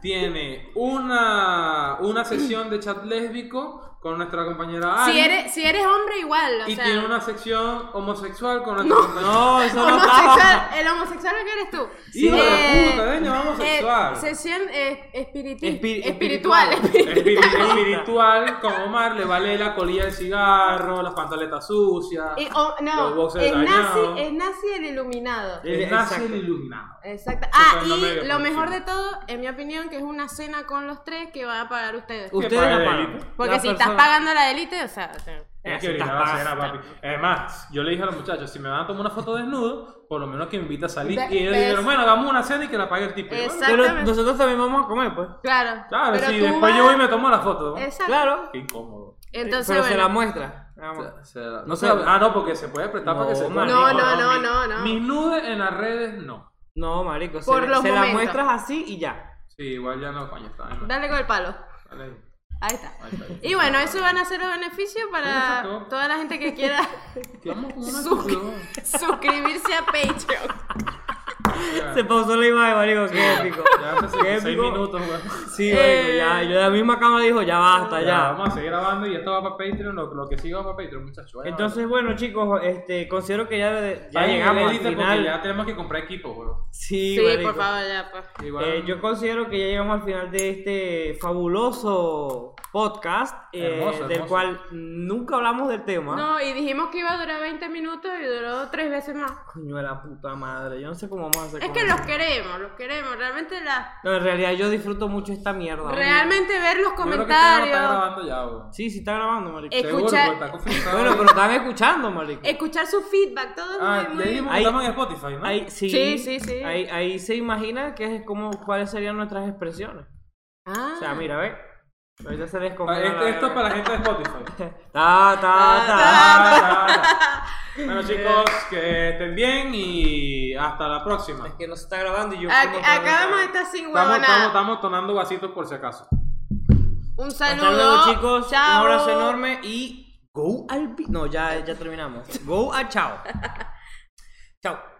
Speaker 2: tiene una, una sesión de chat lésbico con nuestra compañera Ari.
Speaker 1: Si eres, si eres hombre, igual, o
Speaker 2: Ah, y
Speaker 1: sea...
Speaker 2: tiene una sección homosexual con nuestra (laughs) compañera.
Speaker 1: (laughs)
Speaker 3: No, eso no
Speaker 1: homosexual,
Speaker 3: estaba.
Speaker 1: el homosexual que eres tú.
Speaker 2: Sí, hijo de
Speaker 1: Eh,
Speaker 2: puta, deña, homosexual.
Speaker 1: eh, sesión eh, espiriti-
Speaker 3: Espir-
Speaker 1: espiritual.
Speaker 2: (laughs)
Speaker 3: espiritual.
Speaker 2: Espiri- espiritual con Omar le vale la colilla del cigarro, las pantaletas sucias.
Speaker 1: Y, oh,
Speaker 2: Los
Speaker 1: no,
Speaker 2: boxers
Speaker 1: es nazi,
Speaker 2: dañados.
Speaker 1: es nazi el iluminado.
Speaker 3: Eh,
Speaker 2: El nazi
Speaker 3: exacto.
Speaker 2: el iluminado.
Speaker 1: Exacto. Ah,
Speaker 2: fue el nombre que
Speaker 1: y lo
Speaker 2: pusieron.
Speaker 1: mejor de todo, en mi opinión, que es una cena con los tres que van a pagar ustedes.
Speaker 2: Uf,
Speaker 3: Ustedes la
Speaker 2: pague
Speaker 3: pagan.
Speaker 2: élite.
Speaker 1: Porque
Speaker 3: La
Speaker 1: si
Speaker 3: persona-
Speaker 1: estás pagando la élite, o sea, o sea,
Speaker 2: Es
Speaker 3: Eh, Eso
Speaker 2: que
Speaker 3: está
Speaker 2: ahorita va a ser a
Speaker 3: pasta.
Speaker 2: papi. Además, yo le dije a los muchachos, si me van a tomar una foto desnudo, por lo menos que me invita a salir.
Speaker 1: Ve-
Speaker 2: y ellos
Speaker 1: ves.
Speaker 2: dijeron, bueno, hagamos una cena y que la pague el tipo. Y yo, bueno,
Speaker 1: Exacto.
Speaker 3: Pero
Speaker 1: Exactamente.
Speaker 3: nosotros también vamos a comer, pues.
Speaker 1: claro.
Speaker 2: claro,
Speaker 1: pero
Speaker 2: sí,
Speaker 1: tú
Speaker 2: después
Speaker 1: vas-
Speaker 2: yo voy y me tomo la foto. ¿no?
Speaker 1: Exacto.
Speaker 3: Claro.
Speaker 2: Qué incómodo.
Speaker 1: Entonces,
Speaker 3: pero se
Speaker 1: bueno.
Speaker 3: la muestra. Vamos.
Speaker 2: Se- se- no
Speaker 3: No
Speaker 2: se-
Speaker 3: sé.
Speaker 2: ah, no, porque se puede prestar para
Speaker 3: No,
Speaker 2: que se
Speaker 3: marico,
Speaker 1: No, no,
Speaker 2: mis-
Speaker 1: no, no, no.
Speaker 2: Mis nudes en las redes, no.
Speaker 3: No, marico, se,
Speaker 1: Por
Speaker 3: le-
Speaker 1: los
Speaker 3: se la
Speaker 1: momentos.
Speaker 3: muestras así y ya.
Speaker 2: Sí, igual ya no, coño, está. bien.
Speaker 1: Dale con el palo.
Speaker 2: Dale ahí.
Speaker 1: Ahí está.
Speaker 2: Ahí está.
Speaker 1: Y bueno, eso van a ser los beneficios
Speaker 2: Sí, eso es
Speaker 1: para
Speaker 2: todo.
Speaker 1: toda la gente que quiera (laughs)
Speaker 2: Vamos con una
Speaker 1: Su-
Speaker 2: chulo.
Speaker 1: suscribirse a Patreon.
Speaker 3: Se pausó la imagen, marico, qué épico.
Speaker 2: Ya hace
Speaker 3: Qué
Speaker 2: 16
Speaker 3: épico.
Speaker 2: minutos, güey.
Speaker 3: Sí, marico, ya.
Speaker 1: Eh.
Speaker 3: Yo la misma cámara dijo, ya basta,
Speaker 2: Ya,
Speaker 3: ya.
Speaker 2: vamos a seguir grabando y esto va para Patreon, lo, lo que siga va para Patreon, muchachos. Vaya,
Speaker 3: Entonces, bueno, chicos, este, considero que ya, ya
Speaker 2: vaya. Vaya,
Speaker 3: llegamos al
Speaker 2: Elite, porque
Speaker 3: final.
Speaker 2: ya tenemos que comprar equipo, güey.
Speaker 3: Sí,
Speaker 1: Sí,
Speaker 3: marico.
Speaker 1: por favor, ya, pues.
Speaker 2: Igual,
Speaker 3: Eh, yo considero que ya llegamos al final de este fabuloso podcast, eh,
Speaker 2: Hermoso,
Speaker 3: del
Speaker 2: hermoso.
Speaker 3: cual nunca hablamos del tema.
Speaker 1: No, y dijimos que iba a durar 20 minutos y duró tres veces más.
Speaker 3: Coño de la puta madre, yo no sé cómo vamos a hacer.
Speaker 1: Es
Speaker 3: con
Speaker 1: que
Speaker 3: eso.
Speaker 1: los queremos, los queremos. Realmente la...
Speaker 3: No, en realidad yo disfruto mucho esta mierda.
Speaker 1: Realmente ver los
Speaker 2: Yo creo que este no lo está
Speaker 1: comentarios,
Speaker 2: grabando ya, güey.
Speaker 3: hombre. Sí, sí está grabando, marico.
Speaker 1: Eh,
Speaker 2: Seguro,
Speaker 1: Escucha-
Speaker 2: porque está confirmado.
Speaker 3: Bueno, pero están escuchando, marico.
Speaker 1: escuchar su feedback, todo es
Speaker 2: Ah,
Speaker 1: muy,
Speaker 2: ya
Speaker 1: muy-
Speaker 2: dijimos que
Speaker 3: Ahí-
Speaker 2: estamos en Spotify, ¿no?
Speaker 3: Ahí, sí,
Speaker 1: Sí, sí, sí.
Speaker 3: Ahí, ahí se imagina que es como cuáles serían nuestras expresiones.
Speaker 1: Ah.
Speaker 3: O sea, mira, ve. Ahorita se
Speaker 2: Ah,
Speaker 3: descompone.
Speaker 2: este- esto es para la gente de Spotify.
Speaker 3: Ta, ta, ta.
Speaker 2: Ah, ah, ah.
Speaker 1: (laughs)
Speaker 2: Bueno, chicos, que estén bien y hasta la próxima.
Speaker 3: Es que no se está grabando y yo.
Speaker 1: Ac-
Speaker 3: como-
Speaker 1: acabamos de estar sin
Speaker 2: Estamos, estamos,
Speaker 1: huevona.
Speaker 2: estamos tonando vasitos por si acaso.
Speaker 1: Un
Speaker 3: Hasta
Speaker 1: saludo.
Speaker 3: luego, chicos.
Speaker 1: Chao.
Speaker 3: Un abrazo enorme
Speaker 1: (laughs)
Speaker 3: y go al pi- No, ya, ya terminamos. Go a chao. chao.